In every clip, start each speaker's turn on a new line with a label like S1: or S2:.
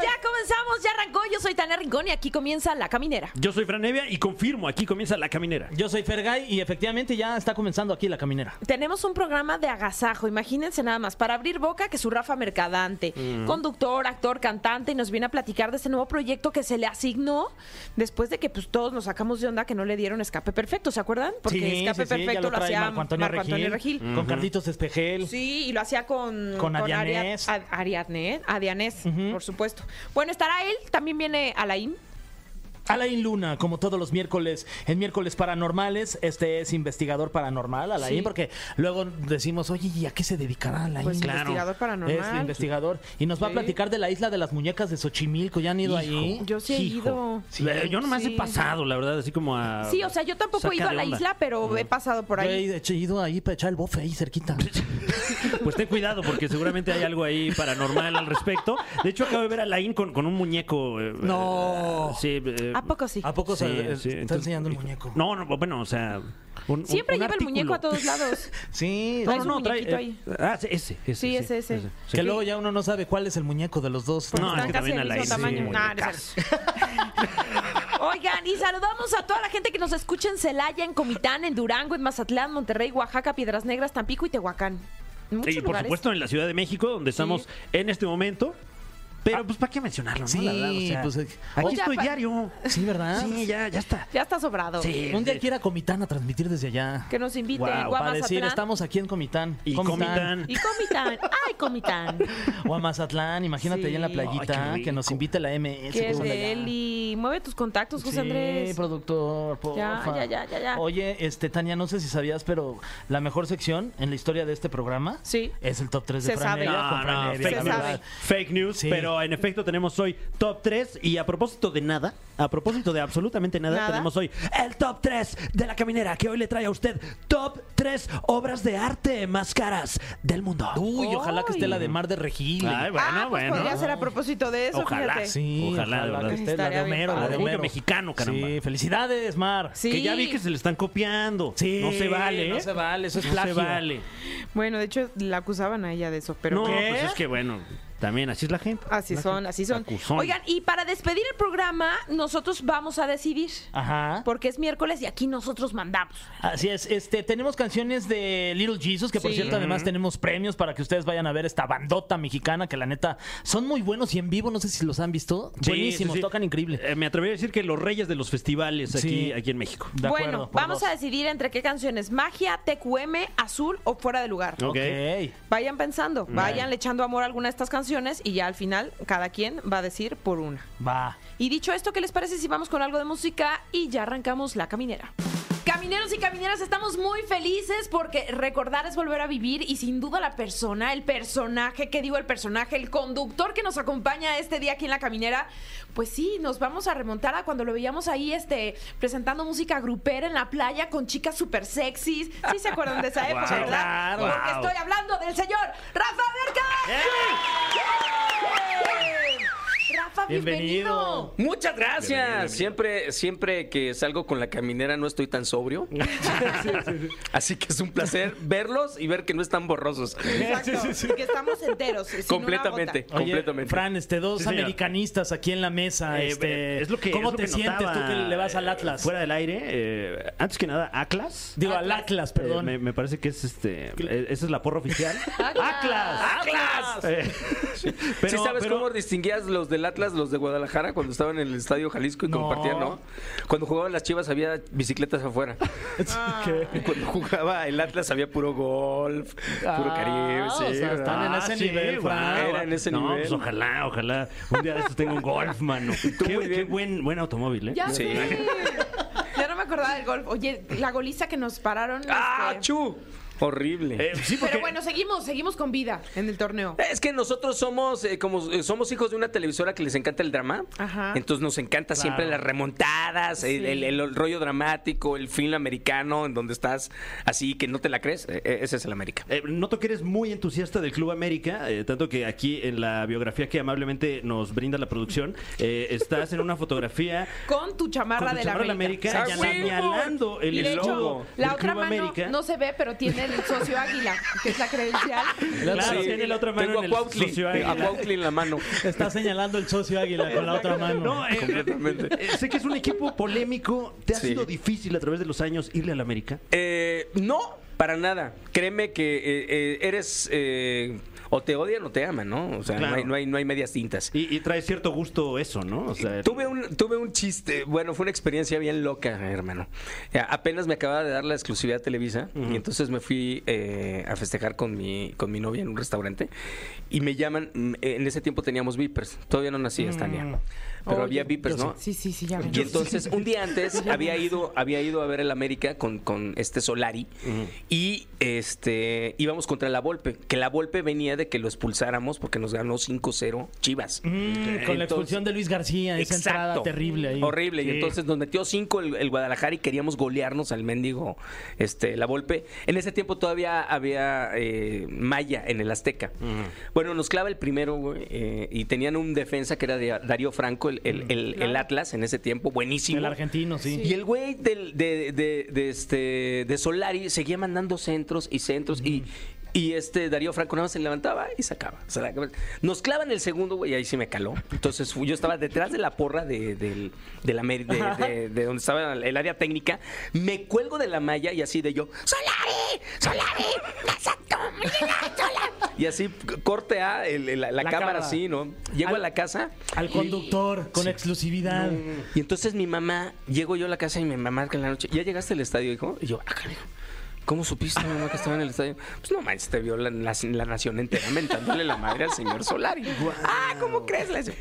S1: Ya comenzamos, ya arrancó. Yo soy Tania Rincón y aquí comienza La Caminera.
S2: Yo soy Franevia y confirmo, aquí comienza la caminera.
S3: Yo soy Fergay y efectivamente ya está comenzando aquí la caminera.
S1: Tenemos un programa de agasajo, imagínense nada más, para abrir boca que su Rafa Mercadante, conductor, actor, cantante, y nos viene a platicar de este nuevo proyecto que se le asignó después de que pues todos nos sacamos de onda que no le dieron escape perfecto, ¿se acuerdan? Porque
S3: Sí,
S1: escape
S3: sí, sí, ya
S1: perfecto lo,
S3: trae
S1: hacía
S3: Marco Antonio, Regil,
S1: Regil.
S3: con Carlitos Espejel.
S1: Sí, y lo hacía con,
S3: Con
S1: Ariad-
S3: Adianés.
S1: Ad- Ariadne, Adianés, por supuesto. Bueno, estará él, también viene Alain.
S3: Alain Luna, como todos los miércoles, en miércoles paranormales, este es investigador paranormal, Alain,
S1: Sí.
S3: porque luego decimos, oye, ¿y a qué se dedicará Alain?
S1: Pues investigador paranormal.
S3: Es investigador. Y nos va a
S1: Sí.
S3: platicar de la isla de las muñecas de Xochimilco. ¿Ya han ido ahí?
S1: Yo sí he ido.
S2: Sí, Eh, yo nomás
S1: Sí.
S2: he pasado, la verdad, así como a.
S1: Sí, o sea, yo tampoco he
S2: Saca
S1: ido a
S2: de
S1: la
S2: onda.
S1: isla, pero he pasado por
S3: Yo he
S1: ahí.
S3: ido- he ido ahí para echar el bofe ahí cerquita.
S2: Pues ten cuidado, porque seguramente hay algo ahí paranormal al respecto. De hecho, acabo de ver a Laín con, con un muñeco. eh,
S3: No.
S2: eh, Sí. eh,
S1: ¿A poco sí?
S3: ¿A poco
S2: sí,
S3: se eh, está
S2: sí, entonces-
S3: enseñando el muñeco?
S2: No, no, bueno, o sea. un- un-
S1: Siempre
S2: un
S1: lleva el
S2: artículo.
S1: muñeco a todos lados.
S3: Sí,
S2: No,
S1: Trae
S2: no,
S1: su
S2: no, trae.
S1: muñequito
S2: eh,
S1: ahí.
S2: ah, sí, ese, ese.
S1: Sí, ese, ese.
S2: sí.
S3: Que luego ya uno no sabe cuál es el muñeco de los dos.
S2: No, es
S1: Están casi
S2: que también
S1: del
S2: a la
S1: mismo
S2: isla es
S1: tamaño.
S2: muy
S1: Nah, no es cierto. Oigan, y saludamos a toda la gente que nos escucha en Celaya, en Comitán, en Durango, en Mazatlán, Monterrey, Oaxaca, Piedras Negras, Tampico y Tehuacán. En muchos
S2: Y por
S1: lugares.
S2: supuesto en la Ciudad de México, donde estamos en este momento. Pero pues, ¿para qué mencionarlo? no?
S3: Sí,
S2: La verdad, o sea,
S3: pues, eh,
S2: aquí
S1: oye,
S2: estoy
S1: pa-
S2: diario.
S3: Sí, ¿verdad?
S2: Sí, ya, ya está.
S1: Ya está sobrado.
S2: Sí,
S3: Un día
S2: sí.
S3: quiera Comitán a transmitir desde allá.
S1: Que nos invite
S2: Guau,
S1: o a
S3: Para decir,
S1: Mazatlán.
S3: estamos aquí en Comitán.
S2: Y Comitán.
S1: Y Comitán. Ay, Comitán.
S3: O a Mazatlán, imagínate
S1: Sí.
S3: allá en la playita,
S2: Ay, qué
S3: que nos
S2: rico.
S3: invite la MS.
S1: Qué
S2: pues,
S3: cómo la-
S1: deli. Mueve tus contactos, José
S3: Sí,
S1: Andrés.
S3: productor, porfa.
S1: ya, ya, ya, ya.
S3: Oye, este, Tania, no sé si sabías, pero la mejor sección en la historia de este programa
S1: Sí.
S3: es el top 3 de
S1: Se
S3: Fran
S1: sabe.
S3: Evia
S1: No,
S3: con Fran
S2: Ah, no,
S3: Evia,
S1: se
S2: fake
S3: la
S1: sabe.
S3: verdad.
S2: news. Fake news,
S3: Sí.
S2: pero en efecto tenemos hoy top 3 y a propósito de nada, a propósito de absolutamente nada,
S1: Nada.
S2: tenemos hoy el top 3 de la caminera que hoy le trae a usted top 3 obras de arte más caras del mundo.
S3: Uy, ojalá que esté la de Mar de Regil.
S2: Ay, bueno,
S1: ah, pues
S2: bueno.
S1: podría ser a propósito de eso,
S2: Ojalá,
S1: fíjate.
S3: Sí,
S2: Ojalá, de verdad.
S3: que esté la de
S1: Estaría bien
S3: Homero, la de
S1: padre.
S2: Orgullo
S3: Homero.
S2: mexicano, caramba.
S3: Sí, felicidades, Mar.
S1: Sí.
S2: Que ya vi que se le están copiando.
S3: Sí,
S2: no se vale.
S3: No
S2: ¿eh?
S3: se vale, eso es
S2: No
S3: plagio.
S2: se vale.
S1: Bueno, de hecho, la acusaban a ella de eso, pero...
S2: no,
S1: ¿Qué?
S2: pues es que bueno, también así es la gente.
S3: Ah,
S1: Así
S2: La
S1: son,
S2: gente
S1: así son.
S2: acusona.
S1: Oigan, y para despedir el programa, nosotros vamos a decidir.
S3: Ajá.
S1: Porque es miércoles y aquí nosotros mandamos.
S3: Así es, este, tenemos canciones de Little Jesus, que por
S1: Sí.
S3: cierto además tenemos premios para que ustedes vayan a ver esta bandota mexicana que la neta son muy buenos y en vivo, no sé si los han visto.
S2: Sí,
S3: Buenísimos,
S2: sí, sí.
S3: tocan increíble.
S2: Eh, me atrevería a decir que los reyes de los festivales aquí,
S3: Sí.
S2: aquí en México.
S3: De acuerdo,
S1: bueno,
S3: por
S1: vamos
S3: dos.
S1: a decidir entre qué canciones, magia, TQM, azul o fuera de lugar.
S2: Ok.
S3: Ok.
S1: Vayan pensando, vayan le echando amor a alguna de estas canciones y ya al final cada quien va a decir por una.
S3: Va.
S1: Y dicho esto, ¿qué les parece si vamos con algo de música y ya arrancamos la caminera? Camineros y camineras, estamos muy felices porque recordar es volver a vivir y sin duda la persona, el personaje, ¿qué digo el personaje? El conductor que nos acompaña este día aquí en la caminera, pues sí, nos vamos a remontar a cuando lo veíamos ahí este, presentando música grupera en la playa con chicas súper sexys. Sí se acuerdan de esa época,
S2: Guau,
S1: ¿verdad?
S2: claro.
S1: Porque
S2: Guau.
S1: estoy hablando del señor Rafa Berca.
S3: Ah,
S1: Rafa, bienvenido.
S4: Muchas gracias. Siempre, siempre que salgo con la caminera no estoy tan sobrio. Así que es un placer verlos y ver que no están borrosos.
S1: Exacto. y que estamos enteros. sin
S4: Completamente.
S1: una
S3: Oye,
S4: Completamente.
S3: Fran, este, dos
S2: Sí, señor.
S3: americanistas aquí en la mesa.
S2: Eh,
S3: este,
S2: eh, es lo que,
S3: ¿Cómo
S2: es lo
S3: te
S2: que
S3: sientes
S2: notaba,
S3: tú que le vas al
S2: eh,
S3: Atlas?
S2: Fuera del aire, eh, antes que nada, Atlas.
S3: Digo, al Atlas,
S2: Perdón.
S3: perdón.
S2: me, me parece que es este. eh, Esa es la porra oficial.
S1: ¡Atlas!
S2: ¡Atlas! Eh,
S4: ¿Sí sabes
S2: pero-
S4: cómo distinguías los del Atlas, los de Guadalajara, cuando estaban en el Estadio Jalisco y
S3: No.
S4: compartían, no? Cuando jugaban las chivas había bicicletas afuera. Y cuando jugaba el Atlas había puro golf, puro Caribe.
S3: Ah,
S4: sí,
S3: o sea, están
S4: ¿verdad?
S3: en ese nivel, Fran.
S4: Era en ese
S2: no,
S4: nivel.
S2: pues ojalá, ojalá. Un día de estos tengo un golf, mano. Qué,
S4: muy
S2: qué
S4: bien.
S2: buen, buen automóvil, ¿eh?
S1: Ya
S4: Sí.
S1: sé. Ya no me acordaba del golf. Oye, la goliza que nos pararon.
S4: ¡Ah,
S1: este,
S4: chu! Horrible.
S2: Eh, sí, porque
S1: Pero bueno, seguimos, seguimos con vida en el torneo.
S4: Es que nosotros somos eh, como eh, somos hijos de una televisora que les encanta el drama.
S1: Ajá.
S4: Entonces nos encanta siempre las remontadas, el, el- el rollo dramático, el film americano, en donde estás así que no te la crees. Eh, eh, ese es el América.
S2: eh, noto que eres muy entusiasta del Club América, eh, tanto que aquí en la biografía que amablemente nos brinda la producción, eh, estás en una fotografía
S1: Con tu chamarra
S2: Con tu
S1: de
S2: chamarra
S1: la
S2: de la
S1: América.
S4: Ah,
S2: América, señalando el
S1: Y de hecho,
S2: logo
S1: La
S2: del
S1: otra
S2: Club
S1: mano
S2: América.
S1: no se ve, pero tiene el socio Águila, que es la credencial.
S2: Claro, tiene la otra mano
S4: Tengo
S2: en el
S4: a Cuautli,
S2: socio
S4: a
S2: águila.
S4: Cuautli en la mano.
S3: Está señalando el socio águila con la otra mano.
S2: No, eh,
S4: Completamente.
S2: eh, sé que es un equipo polémico. ¿Te ha
S4: Sí.
S2: sido difícil a través de los años irle al América?
S4: Eh, no, para nada. Créeme que eh, eh, eres eh, o te odian o te aman, ¿no? O sea,
S2: Claro.
S4: no, hay, no hay- no hay medias tintas.
S2: Y, y trae cierto gusto eso, ¿no? O sea,
S4: Tuve un, tuve un chiste, bueno, fue una experiencia bien loca, hermano. Ya, Apenas me acababa de dar la exclusividad a Televisa y entonces me fui eh, a festejar con mi, con mi novia en un restaurante y me llaman, mm, en ese tiempo teníamos Vipers, todavía no nacías, Tania, pero
S1: Mm. Oye,
S4: había Vipers, ¿no?
S1: Sí, sí, sí, ya ven.
S4: Y entonces, un día antes había ido, había ido a ver el América con, con este Solari y este íbamos contra la Volpe, que la Volpe venía de que lo expulsáramos porque nos ganó 5-0 Chivas.
S3: Mm, con la
S4: Entonces-
S3: expulsión de Luis García, esa entrada terrible ahí.
S4: Horrible. Y
S3: Sí.
S4: entonces nos metió cinco el, el Guadalajara y queríamos golearnos al mendigo este, la Volpe. En ese tiempo todavía había eh, Maya en el Azteca. Bueno, nos clava el primero, güey, eh, y tenían un defensa que era de Darío Franco, el, el- el- el Atlas en ese tiempo, buenísimo.
S3: El argentino, sí.
S4: Y el güey del- de, de- de este, de Solari seguía mandando centros y centros y... Y este Darío Franco nada más se levantaba y sacaba. se la- Nos clavan el segundo, güey, y ahí sí me caló. Entonces fui- yo estaba detrás de la porra de, del- de la Ameri- de, de- de donde estaba el área técnica. Me cuelgo de la malla y así de yo, ¡Solari! ¡Solari! ¡Vas a tomar, Solari!" Y así c- corte a el- el- la, la
S3: La
S4: cámara
S3: cámara.
S4: así, ¿no? Llego a
S3: Al-
S4: la casa.
S3: Al conductor, con exclusividad.
S4: Y entonces mi mamá, llego yo a la casa y mi mamá que en la noche, ¿ya llegaste al estadio, hijo? Y yo, ah, caray, ¿Cómo supiste, mamá, que estaba en el estadio? Pues no manches, te vio la, la- la nación entera mentándole la madre al señor Solari. Ah, ¿cómo crees? Le decía.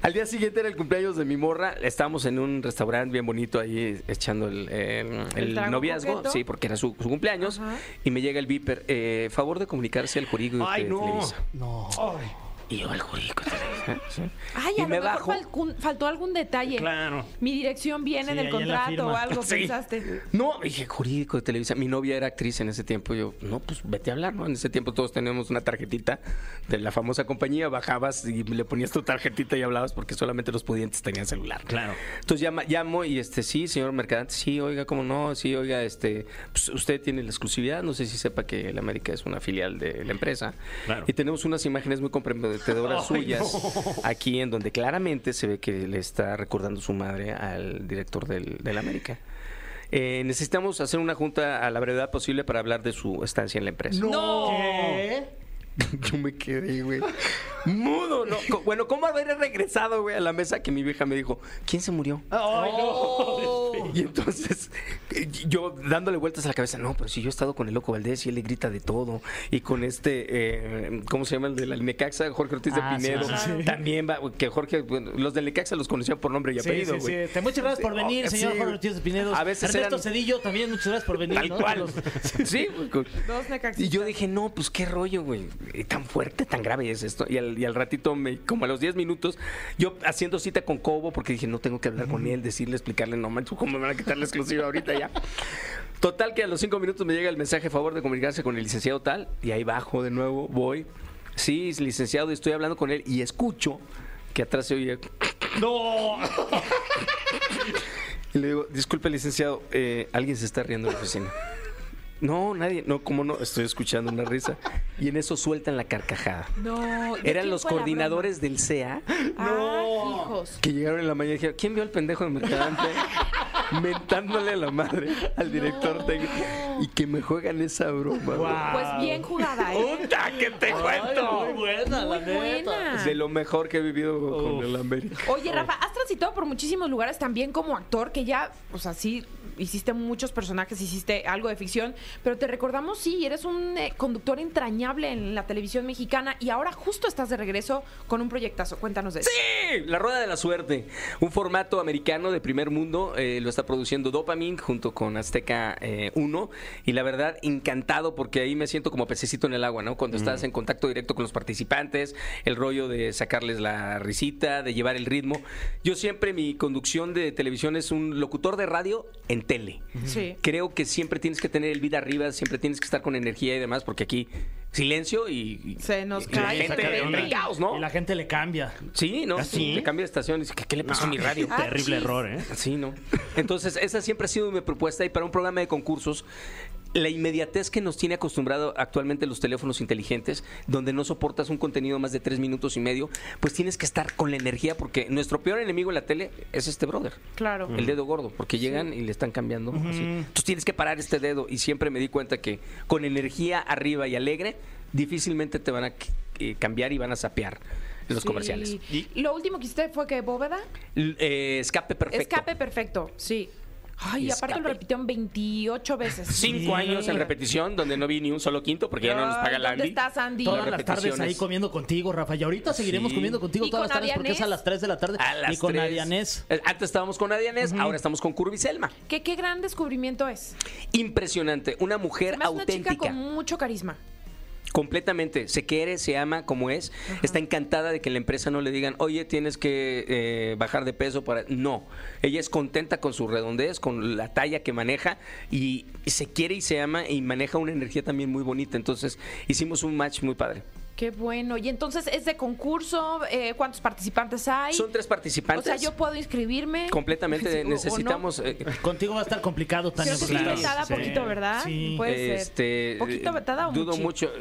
S4: Al día siguiente era el cumpleaños de mi morra. Estábamos en un restaurante bien bonito ahí echando el, eh, el
S1: trago
S4: noviazgo.
S1: coqueto.
S4: Sí, porque era su, su cumpleaños.
S1: Ajá.
S4: Y me llega el viper. eh, favor de comunicarse al jurídico
S2: Ay,
S4: de
S2: no.
S4: Televisa.
S3: No.
S4: Y yo al jurídico de Televisa, ¿sí?
S1: Ay,
S4: y
S1: a
S4: me
S1: lo mejor
S4: bajo.
S1: falcún- faltó algún detalle.
S2: Claro.
S1: Mi dirección viene en el
S3: Sí, ahí en la
S1: contrato o
S3: firma.
S1: algo,
S4: Sí.
S1: pensaste.
S4: No, dije jurídico de Televisa. Mi novia era actriz en ese tiempo. Yo, no, pues vete a hablar, ¿no? En ese tiempo todos teníamos una tarjetita de la famosa compañía. Bajabas y le ponías tu tarjetita y hablabas porque solamente los pudientes tenían celular.
S2: Claro.
S4: Entonces llama- llamo y este, sí, señor Mercadante, sí, oiga, cómo no, sí, oiga, este, pues, usted tiene la exclusividad. No sé si sepa que el América es una filial de la empresa.
S2: Claro.
S4: Y tenemos unas imágenes muy comprometedoras suyas aquí en donde claramente se ve que le está recordando su madre al director del, del América. Eh, necesitamos hacer una junta a la brevedad posible para hablar de su estancia en la empresa.
S1: No.
S4: Yo me quedé, güey. Mudo, ¿no? Co- Bueno, ¿cómo haber regresado, güey, a la mesa que mi vieja me dijo, ¿quién se murió? Y entonces, eh, yo dándole vueltas a la cabeza, no, pero si yo he estado con el loco Valdés y él le grita de todo. Y con este, eh, ¿cómo se llama? El del Necaxa, Jorge Ortiz
S3: Ah,
S4: de
S3: sí,
S4: Pinedo.
S3: sí, sí.
S4: También va, que Jorge, bueno, los del Necaxa los conocía por nombre y
S3: Sí,
S4: apellido,
S3: sí,
S4: güey.
S3: sí. Te- Muchas gracias por venir,
S4: Oh,
S3: señor
S4: sí,
S3: Jorge
S4: güey.
S3: Ortiz de Pinedo.
S4: A veces
S3: Ernesto
S4: eran-
S3: Cedillo, también muchas gracias por venir.
S4: Tal
S3: ¿no?
S4: cual.
S3: Los-
S4: Sí, güey.
S1: Dos necaxistas.
S4: Y yo dije, no, pues qué rollo, güey. Eh, Tan fuerte, tan grave es esto. Y al, y al ratito, me, como a los 10 minutos, yo haciendo cita con Cobo, porque dije, no tengo que hablar con él, decirle, explicarle, no manches, ¿cómo me van a quitar la exclusiva ahorita ya? Total, que a los 5 minutos me llega el mensaje a favor de comunicarse con el licenciado tal, y ahí bajo de nuevo, voy. Sí, es licenciado, y estoy hablando con él y escucho que atrás se oye.
S2: ¡No!
S4: Y le digo, disculpe, licenciado, eh, alguien se está riendo en la oficina. No, nadie, no, cómo no, estoy escuchando una risa. Y en eso sueltan la carcajada.
S1: No. ¿de
S4: Eran
S1: quién
S4: los
S1: fue la
S4: coordinadores del CEA
S1: broma? Ah, hijos.
S4: que llegaron en la mañana y dijeron, ¿quién vio al pendejo de Mercadante? Mentándole a la madre al director
S1: No.
S4: técnico. Y que me juegan esa broma.
S1: Pues
S4: Ah.
S1: bien jugada, ¿eh?
S4: ¡Puta, que te cuento!
S3: buena,
S1: Muy buena.
S4: De lo mejor que he vivido con el América. Ah.
S1: Oye, Rafa, ¿has transitado por muchísimos lugares también como actor, que ya, pues así, hiciste muchos personajes, hiciste algo de ficción, pero te recordamos, sí, eres un eh, conductor entrañable en la televisión mexicana y ahora justo estás de regreso con un proyectazo. Cuéntanos de eso.
S4: ¡Sí! La Rueda de la Suerte. Un formato americano de primer mundo. eh, lo está produciendo Dopamine junto con Azteca eh, 1. Y la verdad, encantado porque ahí me siento como pececito en el agua, ¿no? Cuando estás en contacto directo con los participantes, el rollo de sacarles la risita, de llevar el ritmo. Yo siempre mi conducción de televisión es un locutor de radio en tele
S1: Sí.
S4: creo que siempre tienes que tener el vida arriba, siempre tienes que estar con energía y demás, porque aquí silencio y.
S1: Se nos
S4: y
S1: cae
S4: La
S1: el
S4: gente
S1: tren.
S4: entra en caos,
S3: Y
S4: ¿no?
S3: la gente le cambia.
S4: Sí, ¿no?
S2: ¿Ah, sí?
S4: Te cambia de estación y dices, ¿qué, qué le pasó a mi radio?
S1: Ah,
S2: Terrible
S1: chis.
S2: error, ¿eh?
S4: Sí, ¿no? Entonces, esa siempre ha sido mi propuesta y para un programa de concursos, la inmediatez que nos tiene acostumbrado actualmente los teléfonos inteligentes, donde no soportas un contenido más de tres minutos y medio, pues tienes que estar con la energía porque nuestro peor enemigo en la tele es este brother.
S1: Claro.
S4: El dedo gordo, porque llegan y le están cambiando. así. Entonces tienes que parar este dedo y siempre me di cuenta que con energía arriba y alegre, difícilmente te van a eh, cambiar y van a sapear en los
S1: Sí.
S4: comerciales.
S1: Lo último que hiciste fue que Bóveda
S4: L- eh, escape perfecto.
S1: escape perfecto, sí. Ay, y aparte
S4: Escape.
S1: lo repitieron 28 veces. Sí.
S4: Cinco años en repetición, donde no vi ni un solo quinto porque ya no nos
S1: Ay,
S4: paga la
S1: ¿dónde
S4: Andy.
S1: estás, Andy?
S4: Las
S1: Todas
S3: Todas las tardes ahí
S4: repeticiones.
S3: comiendo contigo, Rafa. Y ahorita seguiremos
S4: Sí.
S3: comiendo contigo
S1: Y
S3: todas
S1: con
S3: las tardes porque
S1: Adianés.
S3: es a las 3 de la tarde.
S4: A las
S3: y con
S4: tres.
S3: Adianés.
S4: Eh, Antes estábamos con Adianés, ahora estamos con Curvi Selma.
S1: ¿Qué, qué gran descubrimiento es.
S4: Impresionante, una
S1: Es
S4: mujer
S1: una chica
S4: auténtica.
S1: con mucho carisma.
S4: Completamente, se quiere, se ama como es, está encantada de que en la empresa no le digan, oye, tienes que eh, bajar de peso para... No, ella es contenta con su redondez, con la talla que maneja y se quiere y se ama y maneja una energía también muy bonita. Entonces hicimos un match muy padre.
S1: Qué bueno. Y entonces es de concurso. Eh, ¿Cuántos participantes hay?
S4: Son tres
S1: O
S4: participantes.
S1: sea, yo puedo inscribirme. Sí,
S4: Completamente
S1: o- o no.
S4: necesitamos... eh,
S3: Contigo va a estar complicado, Tania.
S1: Creo que sí,
S3: claro.
S1: vetada
S3: Sí.
S1: poquito, ¿verdad?
S3: Sí.
S1: Puede
S4: este,
S1: ser. ¿Poquito vetada o
S4: Dudo
S1: muchi?
S4: mucho.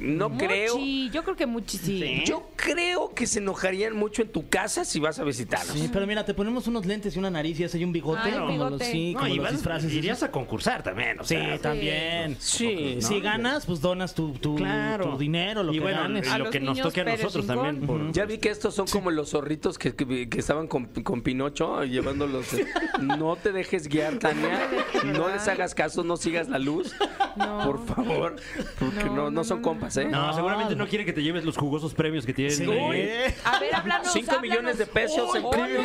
S4: No creo...
S1: Muchi, yo creo que muchi sí.
S4: Yo creo que se enojarían mucho en tu casa si vas a visitarlos.
S3: Sí, pero mira, te ponemos unos lentes y una nariz y ese y un bigote.
S1: Ay,
S3: como
S1: bigote.
S3: Los, sí,
S2: No,
S3: como
S2: y
S3: los
S2: vas-
S3: disfraces.
S2: irías a concursar también, o
S3: Sí,
S2: sea,
S3: también.
S4: Sí,
S3: Si ganas, pues donas tu, tu,
S2: Claro.
S3: tu dinero, lo
S2: y
S3: que
S2: bueno, eh,
S3: ganes.
S1: A
S2: lo
S1: los
S2: que nos
S1: niños
S2: toque a
S1: Pérez
S2: nosotros
S1: Rincón.
S2: también. por-
S4: Ya vi que estos son como los zorritos que, que- que estaban con, con Pinocho eh, llevándolos. No te dejes guiar, Tania. No les hagas caso, no sigas la luz.
S1: No.
S4: Por favor. Porque
S1: No,
S4: no, no,
S1: no,
S4: son
S1: no,
S4: compas, ¿eh?
S2: No, seguramente no quiere que te lleves los jugosos premios que tienen.
S3: Sí.
S2: ahí.
S1: A ver, háblanos.
S4: Cinco millones de pesos en premios,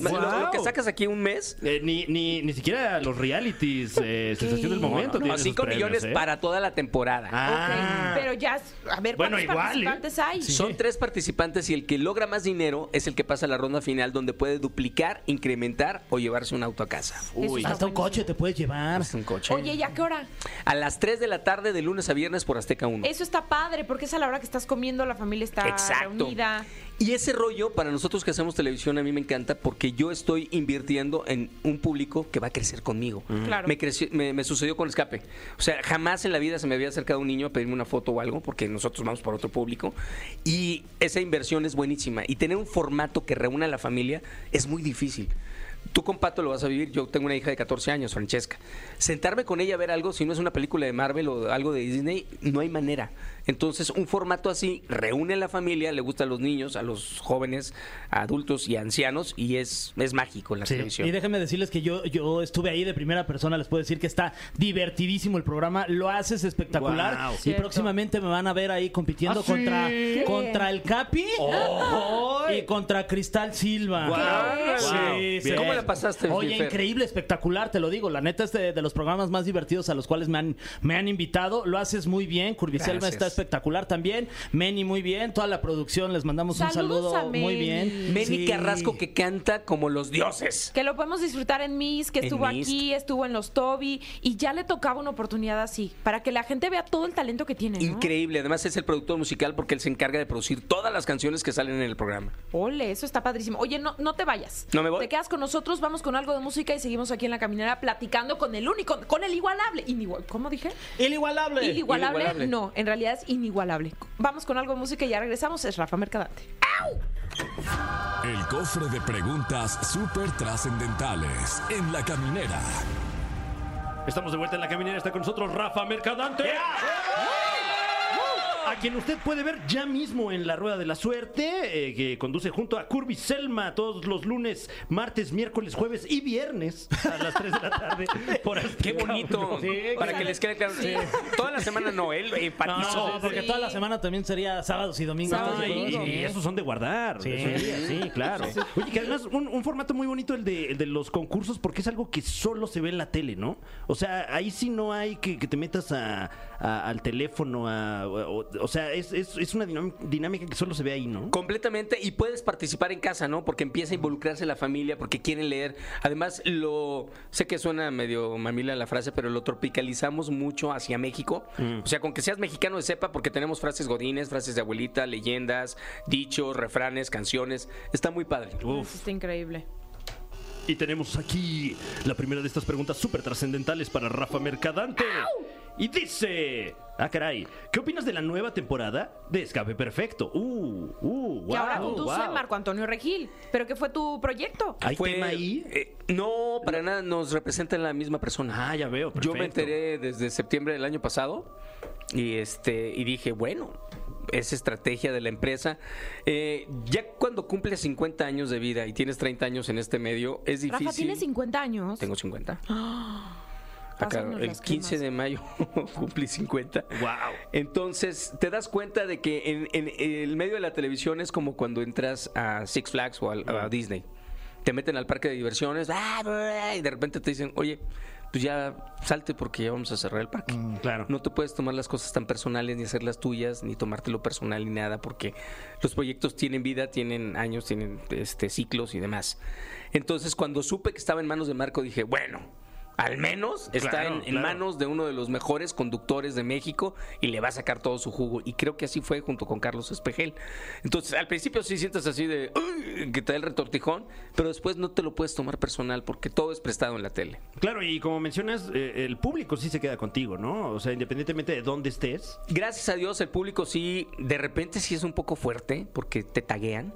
S4: papá. Lo, lo que sacas aquí un mes.
S2: Eh, ni, ni, ni siquiera los realities, eh, sensación del momento.
S4: No,
S2: tienen esos
S4: cinco
S2: premios,
S4: millones
S2: ¿eh?
S4: para toda la temporada.
S2: Ah.
S1: Pero ya, a ver,
S2: Bueno,
S1: ¿cuántos
S2: igual, ¿eh?
S1: participantes hay?
S4: Son tres participantes y el que logra más dinero es el que pasa a la ronda final donde puede duplicar, incrementar o llevarse un auto a casa.
S1: Eso está
S3: Hasta
S1: buenísimo.
S3: un coche te puedes llevar.
S4: Es un coche.
S1: Oye, ¿y a qué hora?
S4: A las 3 de la tarde de lunes a viernes por Azteca 1.
S1: Eso está padre, porque es a la hora que estás comiendo, la familia está
S4: Exacto.
S1: reunida.
S4: Y ese rollo, para nosotros que hacemos televisión, a mí me encanta porque yo estoy invirtiendo en un público que va a crecer conmigo.
S1: Claro.
S4: Me, creció- me- me sucedió con Escape. O sea, jamás en la vida se me había acercado un niño a pedirme una foto o algo porque nosotros vamos por otro público. Y esa inversión es buenísima. Y tener un formato que reúna a la familia es muy difícil. Tú con Pato lo vas a vivir. Yo tengo una hija de 14 años, Francesca. Sentarme con ella a ver algo, si no es una película de Marvel o algo de Disney, no hay manera. Entonces, un formato así reúne a la familia, le gusta a los niños, a los jóvenes, a adultos y a ancianos, y es, es mágico la
S3: Sí,
S4: televisión.
S3: Y déjenme decirles que yo, yo estuve ahí de primera persona, les puedo decir que está divertidísimo el programa, lo haces espectacular
S2: Guau.
S3: y
S1: Cierto.
S3: próximamente me van a ver ahí compitiendo
S2: ¿Ah, sí? Oh.
S3: contra, contra el Capi y contra Cristal Silva.
S2: Guau.
S3: Sí,
S2: Guau.
S3: sí.
S2: Bien.
S4: ¿Cómo la pasaste,
S3: Oye,
S4: Fer?
S3: increíble, espectacular, te lo digo. La neta es de, de los programas más divertidos a los cuales me han, me han invitado. Lo haces muy bien, Curviselma
S4: Gracias.
S3: está espectacular también. Meni muy bien, toda la producción, les mandamos
S1: Saludos
S3: un saludo
S1: a
S3: muy
S1: Meni.
S3: bien.
S4: Meni
S3: Sí.
S4: Carrasco que canta como los dioses.
S1: Que lo podemos disfrutar en Miss, que
S4: En
S1: estuvo
S4: Miss.
S1: aquí, estuvo en los Toby, y ya le tocaba una oportunidad así, para que la gente vea todo el talento que tiene. ¿no?
S4: Increíble, además es el productor musical porque él se encarga de producir todas las canciones que salen en el programa.
S1: Ole, eso está padrísimo. Oye, no, no te vayas.
S4: ¿No me voy?
S1: Te quedas con nosotros, vamos con algo de música y seguimos aquí en la caminera platicando con el único, con el igualable. Inigua- ¿Cómo dije?
S3: Inigualable.
S1: Inigualable,
S4: inigualable.
S1: no, en realidad es inigualable. Vamos con algo de música y ya regresamos. Es Rafa Mercadante.
S5: El cofre de preguntas súper trascendentales en la caminera.
S2: Estamos de vuelta en la caminera, está con nosotros Rafa Mercadante. a quien usted puede ver ya mismo en La Rueda de la Suerte, eh, que conduce junto a Curby Selma todos los lunes, martes, miércoles, jueves y viernes a las 3 de la tarde. Por este
S4: Qué bonito.
S3: Sí,
S4: para
S3: claro.
S4: que les quede claro. Toda la semana no, él
S3: No,
S4: enfatizó.
S3: no, porque
S1: Sí.
S3: toda la semana también sería sábados y domingos.
S1: Sábados
S2: No,
S1: y
S2: y,
S1: domingo.
S2: y esos son de guardar.
S3: Sí.
S2: Esos días, sí, claro. Oye, que además un, un formato muy bonito el de, el de los concursos porque es algo que solo se ve en la tele, ¿no? O sea, ahí sí no hay que, que te metas a, a- al teléfono, a, o, o sea, es, es- es una dinam- dinámica que solo se ve ahí, ¿no?
S4: Completamente, y puedes participar en casa, ¿no? Porque empieza a involucrarse la familia, porque quieren leer. Además, lo sé que suena medio mamila la frase, pero lo tropicalizamos mucho hacia México.
S3: Mm.
S4: O sea, con que seas mexicano de sepa, porque tenemos frases godines, frases de abuelita, leyendas, dichos, refranes, canciones. Está muy padre.
S1: Eso está increíble.
S2: Y tenemos aquí la primera de estas preguntas súper trascendentales para Rafa Mercadante. Y dice... Ah, caray. ¿Qué opinas de la nueva temporada de Escape Perfecto? Uh, uh, wow.
S1: y ahora conduce
S2: wow.
S1: Marco Antonio Regil. ¿Pero qué fue tu proyecto?
S2: ¿Hay
S4: Fue-
S2: tema ahí?
S4: eh, no, para nada, nos representa la misma persona.
S2: Ah, ya veo.
S4: Yo me
S2: perfecto.
S4: enteré desde septiembre del año pasado y este y dije, bueno, es estrategia de la empresa. Eh, ya cuando cumples 50 años de vida y tienes 30 años en este medio, es difícil.
S1: Rafa tiene 50 años.
S4: Tengo 50. Ah,
S1: Pásanos
S4: claro, el
S1: las
S4: 15
S1: cremas.
S4: de mayo cumplí 50.
S2: Wow.
S4: Entonces, te das cuenta de que en, en el medio de la televisión es como cuando entras a Six Flags o al- a, Disney. Te meten al parque de diversiones ah, bla, y de repente te dicen, oye, pues ya salte porque ya vamos a cerrar el parque.
S1: Mm.
S2: Mm, Claro.
S4: No te puedes tomar las cosas tan personales, ni hacerlas tuyas, ni tomártelo personal, ni nada, porque los proyectos tienen vida, tienen años, tienen este, ciclos y demás. Entonces, cuando supe que estaba en manos de Marco, dije, bueno, al menos está
S2: Claro,
S4: en, en
S2: claro.
S4: manos de uno de los mejores conductores de México y le va a sacar todo su jugo. Y creo que así fue junto con Carlos Espejel. Entonces, al principio sí sientes así de "Uy", que te da el retortijón, pero después no te lo puedes tomar personal porque todo es prestado en la tele.
S2: Claro, y como mencionas, eh, el público sí se queda contigo, ¿no? O sea, independientemente de dónde estés.
S4: Gracias a Dios el público sí, de repente sí es un poco fuerte porque te taguean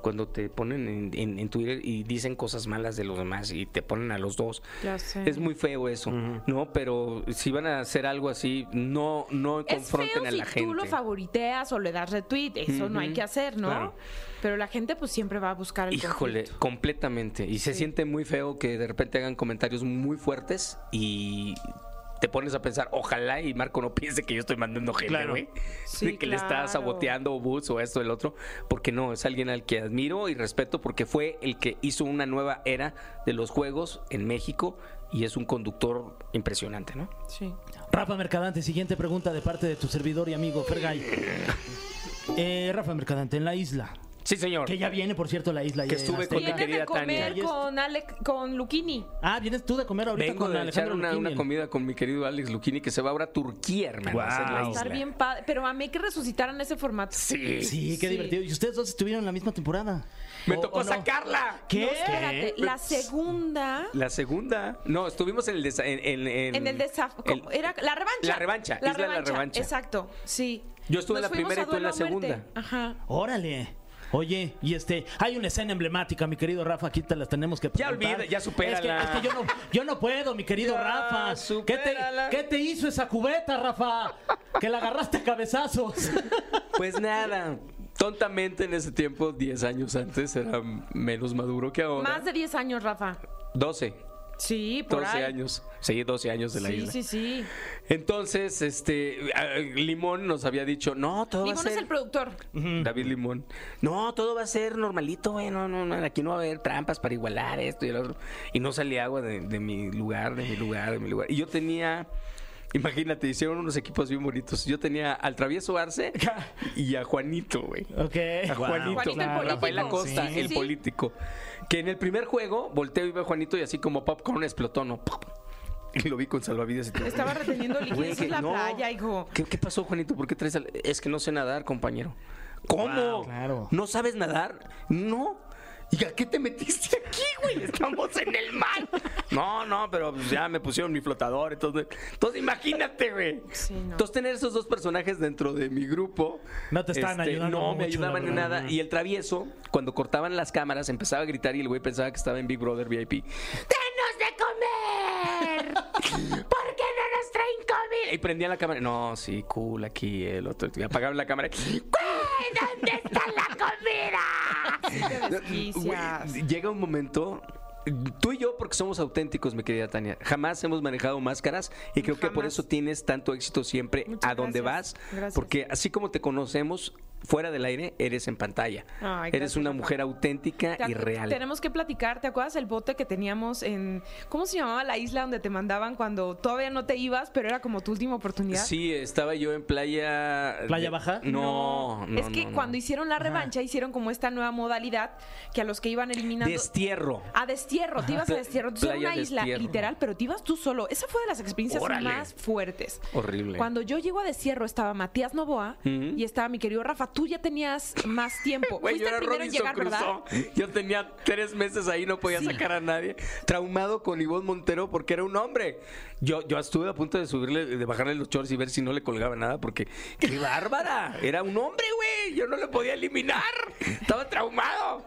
S4: cuando te ponen en, en- en Twitter y dicen cosas malas de los demás y te ponen a los dos.
S1: Ya sé.
S4: Es muy feo eso, ¿no? Pero si van a hacer algo así, no, no
S1: Es feo
S4: confronten a
S1: si
S4: la gente.
S1: tú lo favoriteas o le das retweet. Eso no hay que hacer, ¿no?
S2: claro.
S1: Pero la gente pues siempre va a buscar el
S4: Híjole,
S1: conflicto.
S4: completamente. Y se siente muy feo que de repente hagan comentarios muy fuertes y te pones a pensar, ojalá y Marco no piense que yo estoy mandando gente,
S2: Claro.
S4: güey.
S1: Sí,
S4: de que le está
S1: claro.
S4: saboteando Boots o esto, el otro. Porque no, es alguien al que admiro y respeto porque fue el que hizo una nueva era de los juegos en México y es un conductor impresionante, ¿no?
S1: Sí.
S3: Rafa Mercadante, siguiente pregunta de parte de tu servidor y amigo Fergay. Eh, Rafa Mercadante, en la isla.
S4: Sí, señor.
S3: Que ya viene, por cierto, la isla.
S4: Que
S3: ya
S4: estuve
S3: hasta
S4: con
S3: allá.
S4: mi
S1: Viene
S4: querida
S1: de comer
S4: Tania.
S1: con Alec, con Luquini.
S3: Ah, vienes tú de comer ahorita
S4: Vengo
S3: con
S4: de echar
S3: Alejandro
S4: una,
S3: Luquini,
S4: una
S3: el-
S4: comida con mi querido Alex Luchini que se va ahora a Turquía, hermano. a hacer la
S2: Guau.
S4: isla.
S1: Estar bien padre. Pero amé que resucitaran ese formato.
S4: Sí.
S3: Sí, qué
S1: Sí.
S3: divertido. ¿Y ustedes dos estuvieron en la misma temporada?
S4: Me
S3: ¿O-
S4: tocó
S3: o no?
S4: sacarla.
S3: ¿Qué?
S1: No, espérate. La
S4: pues,
S1: segunda.
S4: La segunda. No, estuvimos en el desa- en, en- en-
S1: En el desafío.
S4: el-
S1: Era la revancha.
S4: La revancha, Isla de la revancha.
S1: Exacto, sí.
S4: Yo estuve en la
S1: fuimos
S4: primera y
S1: a
S4: tú en la
S1: duelo a muerte.
S4: segunda.
S1: Ajá.
S3: Órale. Oye, y este, hay una escena emblemática, mi querido Rafa, aquí te las tenemos que preguntar.
S4: olvida, ya
S3: Es que,
S4: supérala.
S3: es que yo, no, yo no puedo, mi querido
S4: Ya,
S3: Rafa. ¿Qué te,
S4: supérala.
S3: qué te hizo esa cubeta, Rafa? Que la agarraste a cabezazos.
S4: Pues nada. Tontamente en ese tiempo, 10 años antes, era menos maduro que ahora.
S1: Más de 10 años, Rafa.
S4: 12.
S1: Sí, por
S4: 12
S1: ahí.
S4: años. Sí, 12 años de la
S1: sí,
S4: isla.
S1: sí, sí.
S4: Entonces, este, a- Limón nos había dicho, no, todo va a
S1: Limón
S4: ser...
S1: es el productor.
S4: David Limón. No, todo va a ser normalito, güey. No, no, no, aquí no va a haber trampas para igualar esto y el otro. Y no salía agua de, de mi lugar, de mi lugar, de mi lugar. Y yo tenía. Imagínate, hicieron unos equipos bien bonitos. Yo tenía al travieso Arce y a Juanito, güey.
S3: ok.
S4: A Juanito,
S1: Juanito el
S4: claro.
S1: político.
S4: Rafael Acosta,
S1: Sí.
S4: el
S1: Sí.
S4: político. Que en el primer juego volteo y veo a Juanito y así como popcorn explotó, ¿no? Pop. Y lo vi con salvavidas y todo.
S1: Estaba reteniendo líquido
S4: Güey,
S1: Esa es
S4: que
S1: la
S4: no.
S1: playa, hijo.
S4: ¿Qué, qué pasó, Juanito? ¿Por qué traes al- Es que no sé nadar, compañero. ¿Cómo?
S3: Wow, claro.
S4: ¿No sabes nadar? No. ¿Y a qué te metiste aquí, güey? Estamos en el mar. No, no, pero pues ya me pusieron mi flotador. Entonces, entonces imagínate, güey.
S1: Sí, no.
S4: Entonces, tener esos dos personajes dentro de mi grupo. este,
S3: No te estaban ayudando
S4: No me
S3: mucho, la
S4: ayudaban en
S3: verdad.
S4: nada. Y el travieso, cuando cortaban las cámaras, empezaba a gritar y el güey pensaba que estaba en Big Brother VIP. ¡Denos de comer! ¿Por qué no nos traen Gabriel! Y prendían la cámara. No, sí, cool, aquí el otro. Y apagaban la cámara. ¡Güey! ¿Dónde está la comida?
S1: desquicias.
S4: Güey, Llega un momento. Tú y yo, porque somos auténticos, mi querida Tania, jamás hemos manejado máscaras y creo que por
S1: Jamás.
S4: eso tienes tanto éxito siempre
S1: Muchas
S4: a donde
S1: gracias.
S4: vas,
S1: Gracias.
S4: porque así como te conocemos fuera del aire, eres en pantalla.
S1: Ay,
S4: eres
S1: gracias,
S4: una
S1: papá.
S4: mujer auténtica
S1: Te-
S4: y real.
S1: Tenemos que platicar. ¿Te acuerdas el bote que teníamos en. ¿Cómo se llamaba la isla donde te mandaban cuando todavía no te ibas, pero era como tu última oportunidad?
S4: Sí, estaba yo en playa.
S3: ¿Playa Baja?
S4: No, no.
S1: es que
S4: no, no.
S1: cuando hicieron la revancha, hicieron como esta nueva modalidad que a los que iban eliminando.
S4: Destierro.
S1: a destierro, te ibas a destierro. Entonces era
S4: Playa
S1: una isla,
S4: destierro.
S1: literal, pero te ibas tú solo. Esa fue de las experiencias
S4: Órale.
S1: más fuertes.
S4: Horrible.
S1: Cuando yo llego a destierro estaba Matías Novoa
S4: Ujú.
S1: y estaba mi querido Rafa. Tú ya tenías más tiempo.
S4: Güey,
S1: Fuiste
S4: yo
S1: el
S4: era
S1: primero en
S4: Robinson
S1: llegar, ¿verdad?
S4: Crusoe. Yo tenía tres meses ahí, no podía sacar a nadie. Traumado con Ivonne Montero porque era un hombre. Yo, yo estuve a punto de subirle, de bajarle los shorts y ver si no le colgaba nada porque ¡qué bárbara! Era un hombre, güey. Yo no le podía eliminar. Estaba traumado.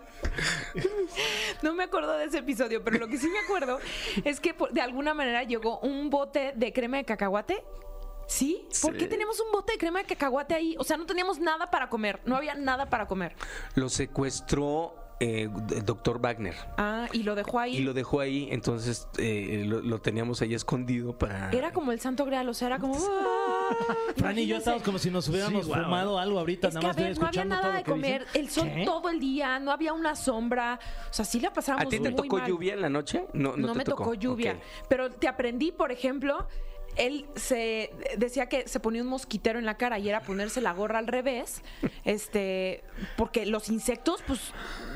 S1: No me acuerdo de ese episodio, pero lo que sí me acuerdo es que por- de alguna manera llegó un bote de crema de cacahuate. ¿Sí? ¿Por
S4: Sí.
S1: qué tenemos un bote de crema de cacahuate ahí? O sea, no teníamos nada para comer, no había nada para comer.
S4: Lo secuestró eh, el doctor Wagner.
S1: Ah, y lo dejó ahí.
S4: Y lo dejó ahí, entonces eh, lo, lo teníamos ahí escondido para.
S1: Era como el santo grial, o sea, era como... "Ah".
S3: Fran y yo estamos como si nos hubiéramos
S2: Sí, guau.
S3: fumado algo ahorita,
S1: Es
S3: nada
S1: que, a
S3: más estoy
S1: ver, no había
S3: escuchando todo
S1: nada
S3: lo
S1: de
S3: que dicen.
S1: comer, el sol
S3: ¿Qué?
S1: todo el día, no había una sombra, o sea, sí la pasábamos
S4: ¿A ti te
S1: muy
S4: tocó
S1: mal.
S4: lluvia en la noche? No, no,
S1: no
S4: te
S1: me tocó, lluvia.
S4: Ok.
S1: Pero te aprendí, por ejemplo, él se decía que se ponía un mosquitero en la cara y era ponerse la gorra al revés, este, porque los insectos, pues,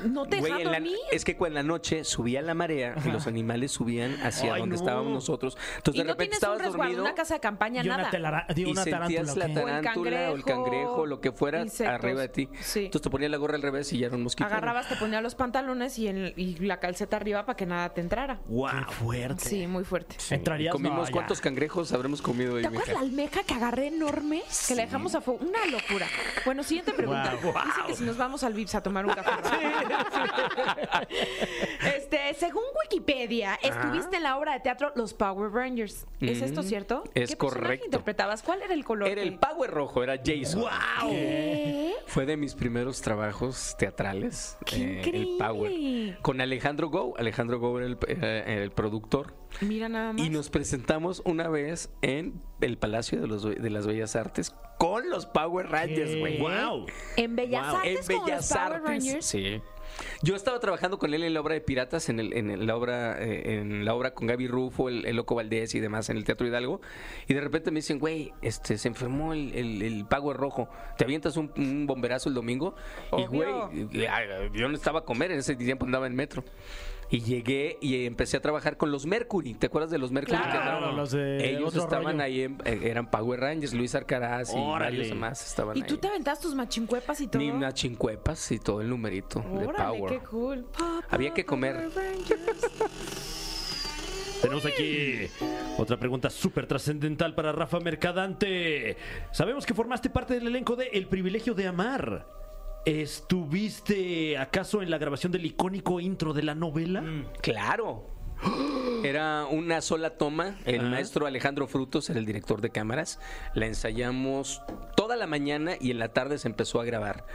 S1: no te
S4: Güey,
S1: dejan
S4: en la-
S1: dormir.
S4: es que cuando en la noche subía la marea y los animales subían hacia
S2: Ay,
S4: donde
S2: no.
S4: estábamos nosotros. Entonces
S1: y
S4: pues, de
S1: no
S4: repente
S1: tienes un
S4: estabas
S1: resguardo,
S4: dormido
S1: una casa de campaña,
S3: Y una,
S1: nada.
S3: telara- digo,
S4: y
S3: una tarántula.
S4: sentías la
S3: ¿o qué?
S4: tarántula o el
S1: cangrejo,
S4: cangrejo, lo que fuera
S1: insectos.
S4: arriba de ti.
S1: Sí.
S4: Entonces te ponía la gorra al revés y ya era un mosquito.
S1: Agarrabas, te ponía los pantalones y, en- y la calceta arriba para que nada te entrara.
S2: ¡Wow!
S3: Qué fuerte.
S1: Sí, muy fuerte.
S3: Entrarías
S4: Comimos
S3: no,
S4: cuántos
S3: ya.
S4: cangrejos habremos comido ahí,
S1: ¿Te acuerdas
S4: mija?
S1: la almeja que agarré enorme? Que la dejamos a fuego. Una locura. Bueno, siguiente pregunta.
S3: Guau.
S1: Dice que si nos vamos al Vips a tomar un café. ¿verdad? este, según Wikipedia, estuviste en la obra de teatro Los Power Rangers. ¿Es esto cierto?
S4: Mm, Es
S1: ¿Qué personaje
S4: correcto.
S1: interpretabas? ¿Cuál era el color?
S4: Era el
S1: que-
S4: Power Rojo, era Jason.
S1: ¿Qué?
S4: Fue de mis primeros trabajos teatrales. eh,
S1: ¡Qué increíble!
S4: El Power. Con Alejandro Go. Alejandro Go era el, eh, era el productor.
S1: Mira nada más.
S4: Y nos presentamos una vez en el Palacio de, los, de las Bellas Artes con los Power Rangers, güey.
S2: ¡Wow!
S1: En Bellas
S4: Wow.
S1: Artes
S4: en
S1: con
S4: Bellas
S1: los Power
S4: Artes.
S1: Rangers.
S4: Sí. Yo estaba trabajando con él en la obra de Piratas, en, el- en el- la obra eh, en la obra con Gaby Rufo, el, el Loco Valdés y demás en el Teatro Hidalgo. Y de repente me dicen, güey, este, se enfermó el, el, el Power Rojo. ¿Te avientas un, un bomberazo el domingo? Y,
S1: Obvio.
S4: güey, eh, yo no estaba a comer, en ese tiempo andaba en metro. Y llegué y empecé a trabajar con los Mercury. ¿te acuerdas de los Mercury?
S1: Claro,
S4: andaban?
S3: los de
S4: Ellos
S3: otro
S4: estaban
S3: rollo.
S4: ahí, en- eh, eran Power Rangers, Luis Arcaraz y
S2: Órale.
S4: varios más estaban
S1: Y tú
S4: ahí.
S1: te aventas tus machincuepas y todo.
S4: Ni unas chincuepas y todo el numerito de
S1: Órale,
S4: Power.
S1: qué cool.
S4: Había que comer.
S1: Power Rangers.
S2: Tenemos aquí otra pregunta súper trascendental para Rafa Mercadante. Sabemos que formaste parte del elenco de El privilegio de amar. ¿Estuviste acaso en la grabación del icónico intro de la novela?
S4: Mm. Claro. Era una sola toma. El maestro Alejandro Frutos era el director de cámaras. La ensayamos toda la mañana y en la tarde se empezó a grabar.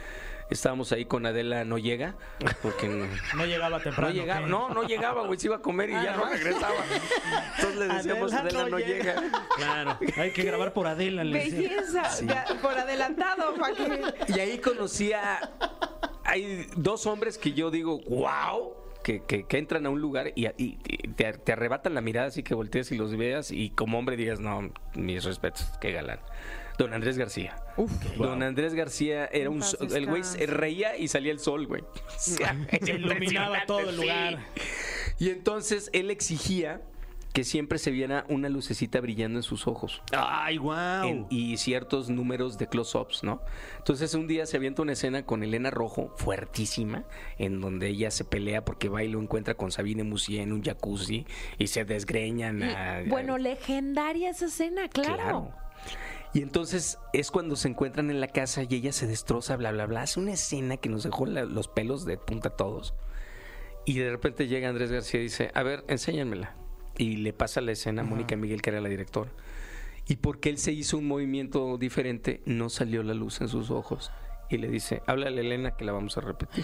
S4: Estábamos ahí con Adela No Llega, porque no,
S3: No llegaba
S4: no
S3: temprano.
S4: llegaba,
S3: ¿qué?
S4: no, no llegaba, güey, se iba a comer y ya no regresaba. Entonces le decíamos
S3: Adela
S4: Adela,
S3: no
S4: no, llega.
S2: Claro, hay que grabar por Adela. le decía.
S1: Belleza, ya, por adelantado, pa' que-
S4: Y ahí conocía. Hay dos hombres que yo digo, wow. Que, que- que entran a un lugar y, y- y te, te arrebatan la mirada así que volteas y los veas y como hombre digas, no, mis respetos, qué galán. Don Andrés García. Don Andrés García era un...
S1: paz
S4: sol- el güey se
S1: descanse.
S4: reía y salía el sol, güey. O sea, es
S3: Se iluminaba todo el
S4: impresionante,
S3: lugar.
S4: sí. Y entonces él exigía que siempre se viera una lucecita brillando en sus ojos
S2: Ay, wow.
S4: en- y ciertos números de close-ups, ¿no? Entonces un día se avienta una escena con Elena Rojo, fuertísima, en donde ella se pelea porque va y lo encuentra con Sabine Musier en un jacuzzi y se desgreñan. a- a-
S1: Bueno, legendaria esa escena, claro.
S4: Y entonces es cuando se encuentran en la casa y ella se destroza, bla, bla, bla. Hace una escena que nos dejó la- los pelos de punta a todos. Y de repente llega Andrés García y dice, a ver, enséñanmela. Y le pasa la escena a Mónica Miguel, que era la directora. Y porque él se hizo un movimiento diferente, no salió la luz en sus ojos. Y le dice, háblale a Elena que la vamos a repetir.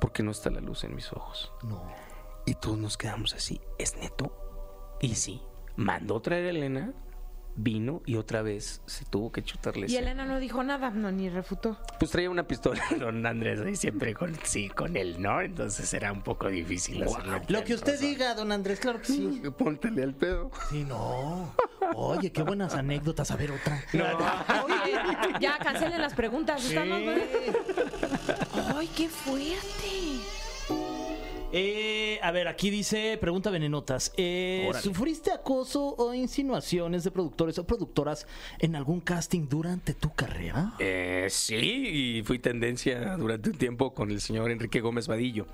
S4: Porque no está la luz en mis ojos. Y todos nos quedamos así. ¿Es neto? Y sí. Mandó traer a Elena, vino y otra vez se tuvo que chutarle.
S1: Y Elena no dijo nada, no, ni refutó.
S4: Pues traía una pistola, don Andrés, ahí siempre con sí, con él, ¿no? Entonces era un poco difícil hacerlo.
S6: Lo que usted diga, don Andrés, claro que sí.
S4: Póntele al pedo.
S3: Sí, no. Oye, qué buenas anécdotas. A ver, otra.
S1: Oye, ya cancelen las preguntas. Estamos. ¡Ay, qué fuerte!
S3: Eh, a ver, aquí dice, pregunta venenotas. Eh, ¿Sufriste acoso o insinuaciones de productores o productoras en algún casting durante tu carrera?
S4: Eh, sí, y fui tendencia durante un tiempo con el señor Enrique Gómez Vadillo.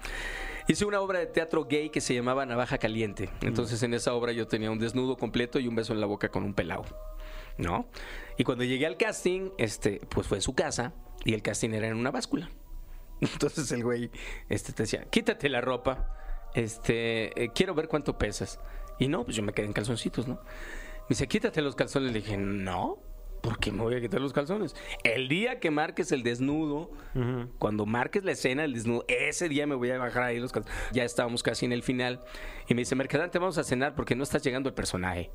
S4: Hice una obra de teatro gay que se llamaba Navaja Caliente. Entonces en esa obra yo tenía un desnudo completo y un beso en la boca con un pelao. ¿No? Y cuando llegué al casting, este, pues fue en su casa y el casting era en una báscula. Entonces el güey este, te decía, quítate la ropa, este, eh, quiero ver cuánto pesas. Y no, pues yo me quedé en calzoncitos, ¿no? Me dice, quítate los calzones. Le dije, no, ¿por qué me voy a quitar los calzones? El día que marques el desnudo, cuando marques la escena del desnudo, ese día me voy a bajar ahí los calzones. Ya estábamos casi en el final. Y me dice, Mercadante, vamos a cenar porque no estás llegando el personaje.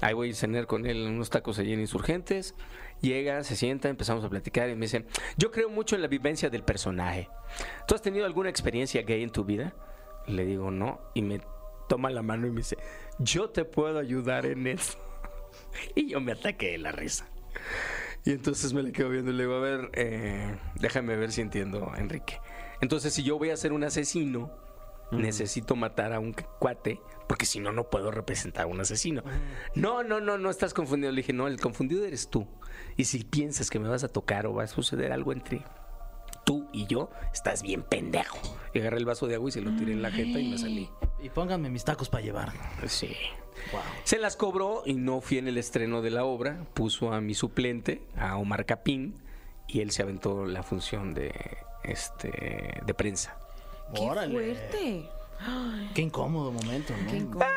S4: Ahí voy a cenar con él en unos tacos allí en Insurgentes. Llega, se sienta, empezamos a platicar y me dice, yo creo mucho en la vivencia del personaje. ¿Tú has tenido alguna experiencia gay en tu vida? Le digo, no. Y me toma la mano y me dice, yo te puedo ayudar en eso. Y yo me ataqué de la risa. Y entonces me le quedo viendo y le digo, a ver, eh, déjame ver si entiendo, Enrique. Entonces, si yo voy a ser un asesino, necesito matar a un cuate, porque si no, no puedo representar a un asesino. No, no, no, no estás confundido. Le dije, no, el confundido eres tú. Y si piensas que me vas a tocar o va a suceder algo entre tú y yo, estás bien pendejo. Y agarré el vaso de agua y se lo tiré en la jeta y me salí.
S3: Y pónganme mis tacos para llevar.
S4: Sí. Se las cobró y no fui en el estreno de la obra. Puso a mi suplente, a Omar Capín, y él se aventó la función de este de prensa.
S1: ¡Qué fuerte! Ay,
S3: Qué incómodo momento, ¿no?
S1: qué incómodo.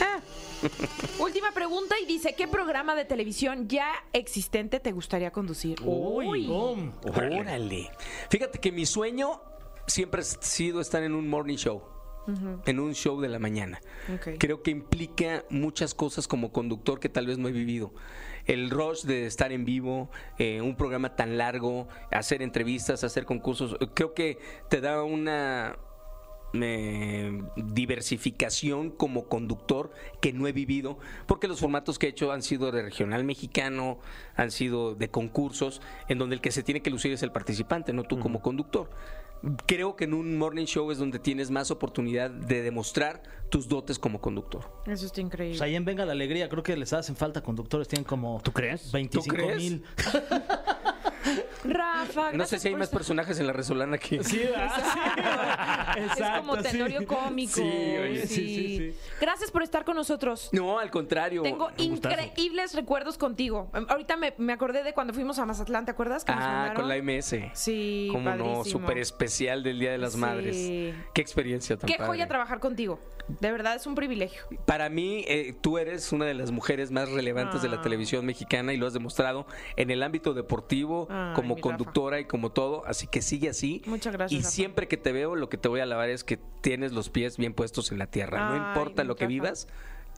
S1: Ah. Última pregunta y dice, ¿qué programa de televisión ya existente te gustaría conducir?
S3: Uy, boom.
S4: Órale. Fíjate que mi sueño siempre ha sido estar en un morning show. En un show de la mañana.
S1: Ok.
S4: Creo que implica muchas cosas como conductor que tal vez no he vivido. El rush de estar en vivo, eh, un programa tan largo, hacer entrevistas, hacer concursos. Creo que te da una, eh, diversificación como conductor que no he vivido, porque los formatos que he hecho han sido de regional mexicano, han sido de concursos, en donde el que se tiene que lucir es el participante, no tú como conductor. Creo que en un morning show es donde tienes más oportunidad de demostrar tus dotes como conductor.
S1: Eso está increíble.
S3: Pues ahí en Venga la Alegría, creo que les hacen falta conductores, tienen como
S2: ¿Tú crees?
S3: 25
S4: crees?
S3: mil.
S1: Rafa,
S4: No sé
S1: Ah, gracias
S4: si hay
S1: por
S4: más
S1: esta-
S4: personajes en la resolana que...
S1: es como tenorio cómico.
S4: Sí, oye,
S1: sí. Gracias por estar con nosotros.
S4: No, al contrario. Ah,
S1: Tengo increíbles recuerdos contigo. Em, Ahorita me, me acordé de cuando fuimos a Mazatlán, ¿te acuerdas? Que nos
S4: Ah,
S1: mandaron?
S4: con la MS.
S1: Sí,
S4: Como no,
S1: padrísimo.
S4: súper especial del Día de las
S1: Sí.
S4: Madres. Qué experiencia tan
S1: Qué
S4: padre.
S1: joya trabajar contigo. De verdad es un privilegio.
S4: Para mí, eh, tú eres una de las mujeres más relevantes de la
S1: Ah.
S4: televisión mexicana y lo has demostrado en el ámbito deportivo,
S1: Ay,
S4: como
S1: mi
S4: conductora y como todo. Así que sigue así.
S1: Muchas gracias,
S4: Y
S1: Rafa.
S4: siempre que te veo, lo que te voy a alabar es que tienes los pies bien puestos en la tierra.
S1: Ay,
S4: no importa
S1: mi
S4: lo que
S1: Rafa. Ah,
S4: vivas,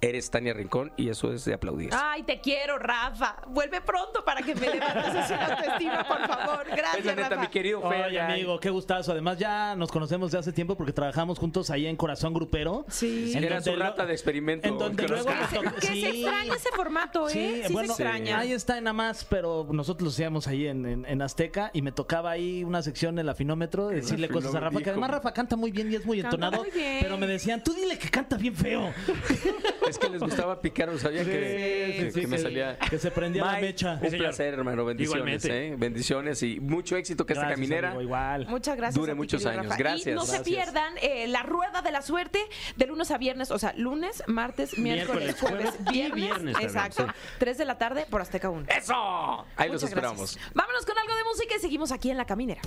S4: eres Tania Rincón y eso es de aplaudir.
S1: Ay, te quiero, Rafa. Vuelve pronto para que me levantes así la autoestima, por favor. Gracias,
S4: es la neta,
S1: Rafa.
S4: mi querido Fer.
S3: Oye, amigo, qué gustazo. Además, ya nos conocemos de hace tiempo porque trabajamos juntos ahí en Corazón Grupero.
S1: Sí.
S3: En
S4: Era
S3: donde
S4: su
S3: lo-
S4: rata de experimento.
S3: En donde
S4: Creo
S3: luego
S4: que-
S3: nos
S1: Que
S3: tocó-
S1: se
S3: Sí.
S1: extraña ese formato, ¿eh? Sí, se
S3: bueno,
S1: extraña.
S3: ahí está en más, pero nosotros lo hacíamos ahí en, en- en Azteca y me tocaba ahí una sección en el afinómetro de decirle cosas a Rafa, que además Rafa canta muy bien y es muy
S1: Canta
S3: entonado,
S1: muy bien.
S3: pero me decían, tú dile que canta bien feo.
S4: Es que les gustaba picar, o sabía que, que-
S3: sí,
S4: que me
S3: que-
S4: salía.
S3: que se prendía la
S4: Mike,
S3: mecha. Sí,
S4: Un
S2: señor.
S4: placer, hermano. Bendiciones,
S2: Igualmente.
S4: ¿eh? Bendiciones y mucho éxito que esta
S3: Gracias,
S4: caminera.
S3: amigo, igual.
S1: Muchas gracias.
S4: Dure
S1: a ti,
S4: muchos
S1: querido
S4: años.
S1: Rafa.
S4: Gracias.
S1: Y no se
S4: Gracias.
S1: pierdan eh, la rueda de la suerte de lunes a viernes, o sea, lunes, martes, miércoles,
S2: Miércoles,
S1: jueves,
S2: jueves y
S1: viernes.
S2: viernes también,
S1: exacto.
S2: sí.
S1: 3 de la tarde por Azteca 1.
S4: ¡Eso! Ahí los
S1: Muchas
S4: esperamos.
S1: gracias. Vámonos con algo de música y seguimos aquí en La Caminera.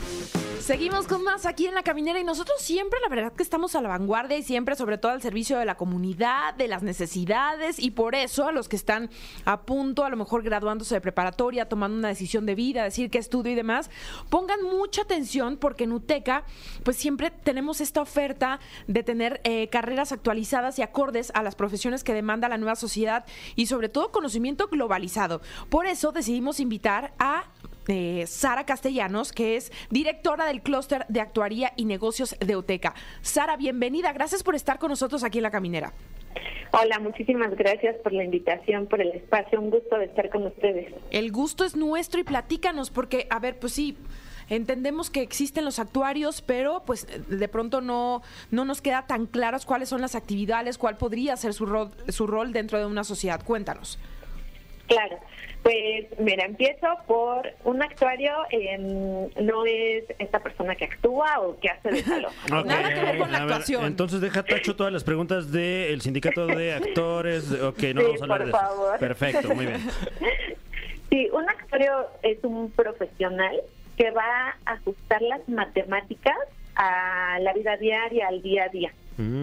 S1: Seguimos con más aquí en La Caminera y nosotros siempre, la verdad que estamos a la vanguardia y siempre sobre todo al servicio de la comunidad, de las necesidades necesidades y por eso a los que están a punto, a lo mejor graduándose de preparatoria, tomando una decisión de vida, decir qué estudio y demás, pongan mucha atención porque en UTECA pues siempre tenemos esta oferta de tener eh, carreras actualizadas y acordes a las profesiones que demanda la nueva sociedad y sobre todo conocimiento globalizado. Por eso decidimos invitar a eh, Sara Castellanos, que es directora del clúster de actuaría y negocios de UTECA. Sara, bienvenida. Gracias por estar con nosotros aquí en La Caminera.
S7: Hola, muchísimas gracias por la invitación, por el espacio. Un gusto de estar con ustedes.
S1: El gusto es nuestro y platícanos, porque, a ver, pues sí. Entendemos que existen los actuarios, pero pues de pronto no, no nos queda tan claros cuáles son las actividades, cuál podría ser su rol, su rol dentro de una sociedad. Cuéntanos.
S7: Claro, pues mira, empiezo por un actuario, eh, no es esta persona que actúa o que hace de salón.
S1: Nada que ver con la
S2: A
S1: actuación.
S2: entonces deja tacho todas las preguntas del sindicato de actores. Ok, no
S7: Sí,
S2: vamos a hablar
S7: por
S2: de eso.
S7: favor.
S2: Perfecto, muy bien.
S7: Sí, un actuario es un profesional que va a ajustar las matemáticas a la vida diaria, al día a día.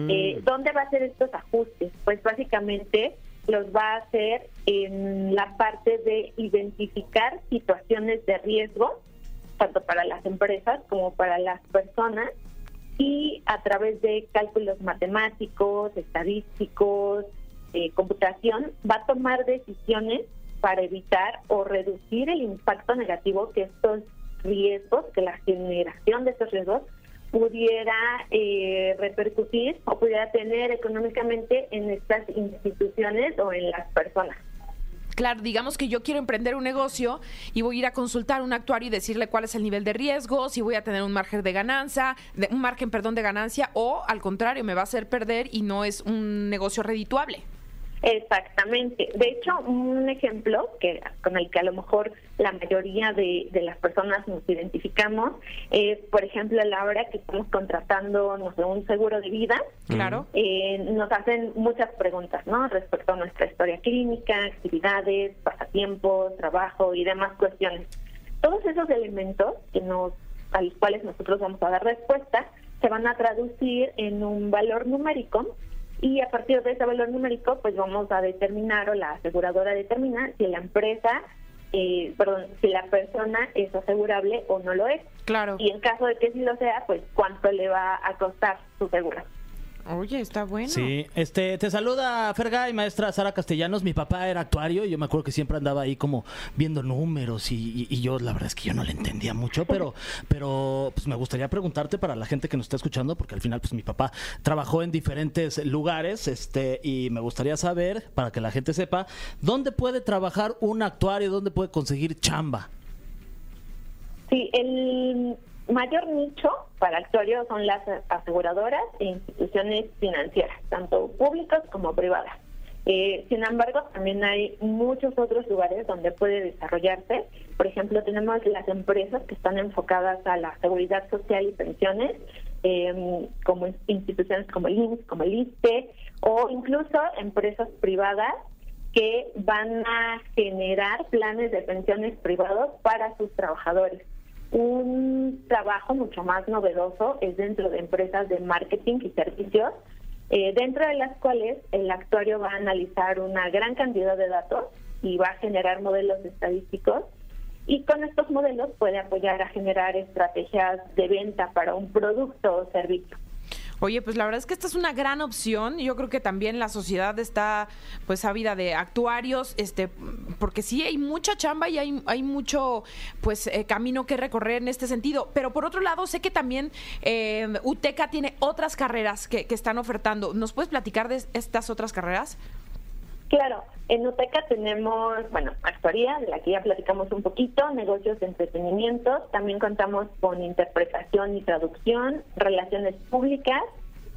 S7: Eh, ¿Dónde va a hacer estos ajustes? Pues básicamente los va a hacer en la parte de identificar situaciones de riesgo, tanto para las empresas como para las personas, y a través de cálculos matemáticos, estadísticos, eh, computación, va a tomar decisiones para evitar o reducir el impacto negativo que estos riesgos, que la generación de estos riesgos pudiera eh, repercutir o pudiera tener económicamente en estas instituciones o en las personas.
S1: Claro, digamos que yo quiero emprender un negocio y voy a ir a consultar a un actuario y decirle cuál es el nivel de riesgo, si voy a tener un margen de ganancia, de- un margen, perdón, de ganancia o al contrario, me va a hacer perder y no es un negocio redituable.
S7: Exactamente. De hecho, un ejemplo que con el que a lo mejor la mayoría de, de las personas nos identificamos es, por ejemplo, a la hora que estamos contratando no sé, un seguro de vida,
S1: Claro.
S7: eh, nos hacen muchas preguntas ¿no? respecto a nuestra historia clínica, actividades, pasatiempos, trabajo y demás cuestiones. Todos esos elementos que nos, a los cuales nosotros vamos a dar respuesta se van a traducir en un valor numérico y a partir de ese valor numérico pues vamos a determinar o la aseguradora determina si la empresa, eh, perdón, si la persona es asegurable o no lo es.
S1: Claro.
S7: Y en caso de que sí lo sea, pues cuánto le va a costar su seguro.
S1: Oye, está bueno.
S3: Sí, este, te saluda Fergay, maestra Sara Castellanos. Mi papá era actuario y yo me acuerdo que siempre andaba ahí como viendo números y, y- y yo la verdad es que yo no le entendía mucho, pero, pero pues me gustaría preguntarte para la gente que nos está escuchando, porque al final pues mi papá trabajó en diferentes lugares este, y me gustaría saber, para que la gente sepa, ¿dónde puede trabajar un actuario? ¿Dónde puede conseguir chamba?
S7: Sí, el mayor nicho para actuarios son las aseguradoras e instituciones financieras, tanto públicas como privadas. Eh, sin embargo, también hay muchos otros lugares donde puede desarrollarse. Por ejemplo, tenemos las empresas que están enfocadas a la seguridad social y pensiones, eh, como instituciones como el IMSS, como el ISTE, E, o incluso empresas privadas que van a generar planes de pensiones privados para sus trabajadores. Un trabajo mucho más novedoso es dentro de empresas de marketing y servicios, eh, dentro de las cuales el actuario va a analizar una gran cantidad de datos y va a generar modelos estadísticos y con estos modelos puede apoyar a generar estrategias de venta para un producto o servicio.
S1: Oye, pues la verdad es que esta es una gran opción. Yo creo que también la sociedad está pues ávida de actuarios, este, porque sí hay mucha chamba y hay, hay mucho pues eh, camino que recorrer en este sentido. Pero por otro lado, sé que también eh, UTECA tiene otras carreras que, que están ofertando. ¿Nos puedes platicar de estas otras carreras?
S7: Claro, en UTECA tenemos, bueno, actuaría, de la que ya platicamos un poquito, negocios de entretenimiento, también contamos con interpretación y traducción, relaciones públicas,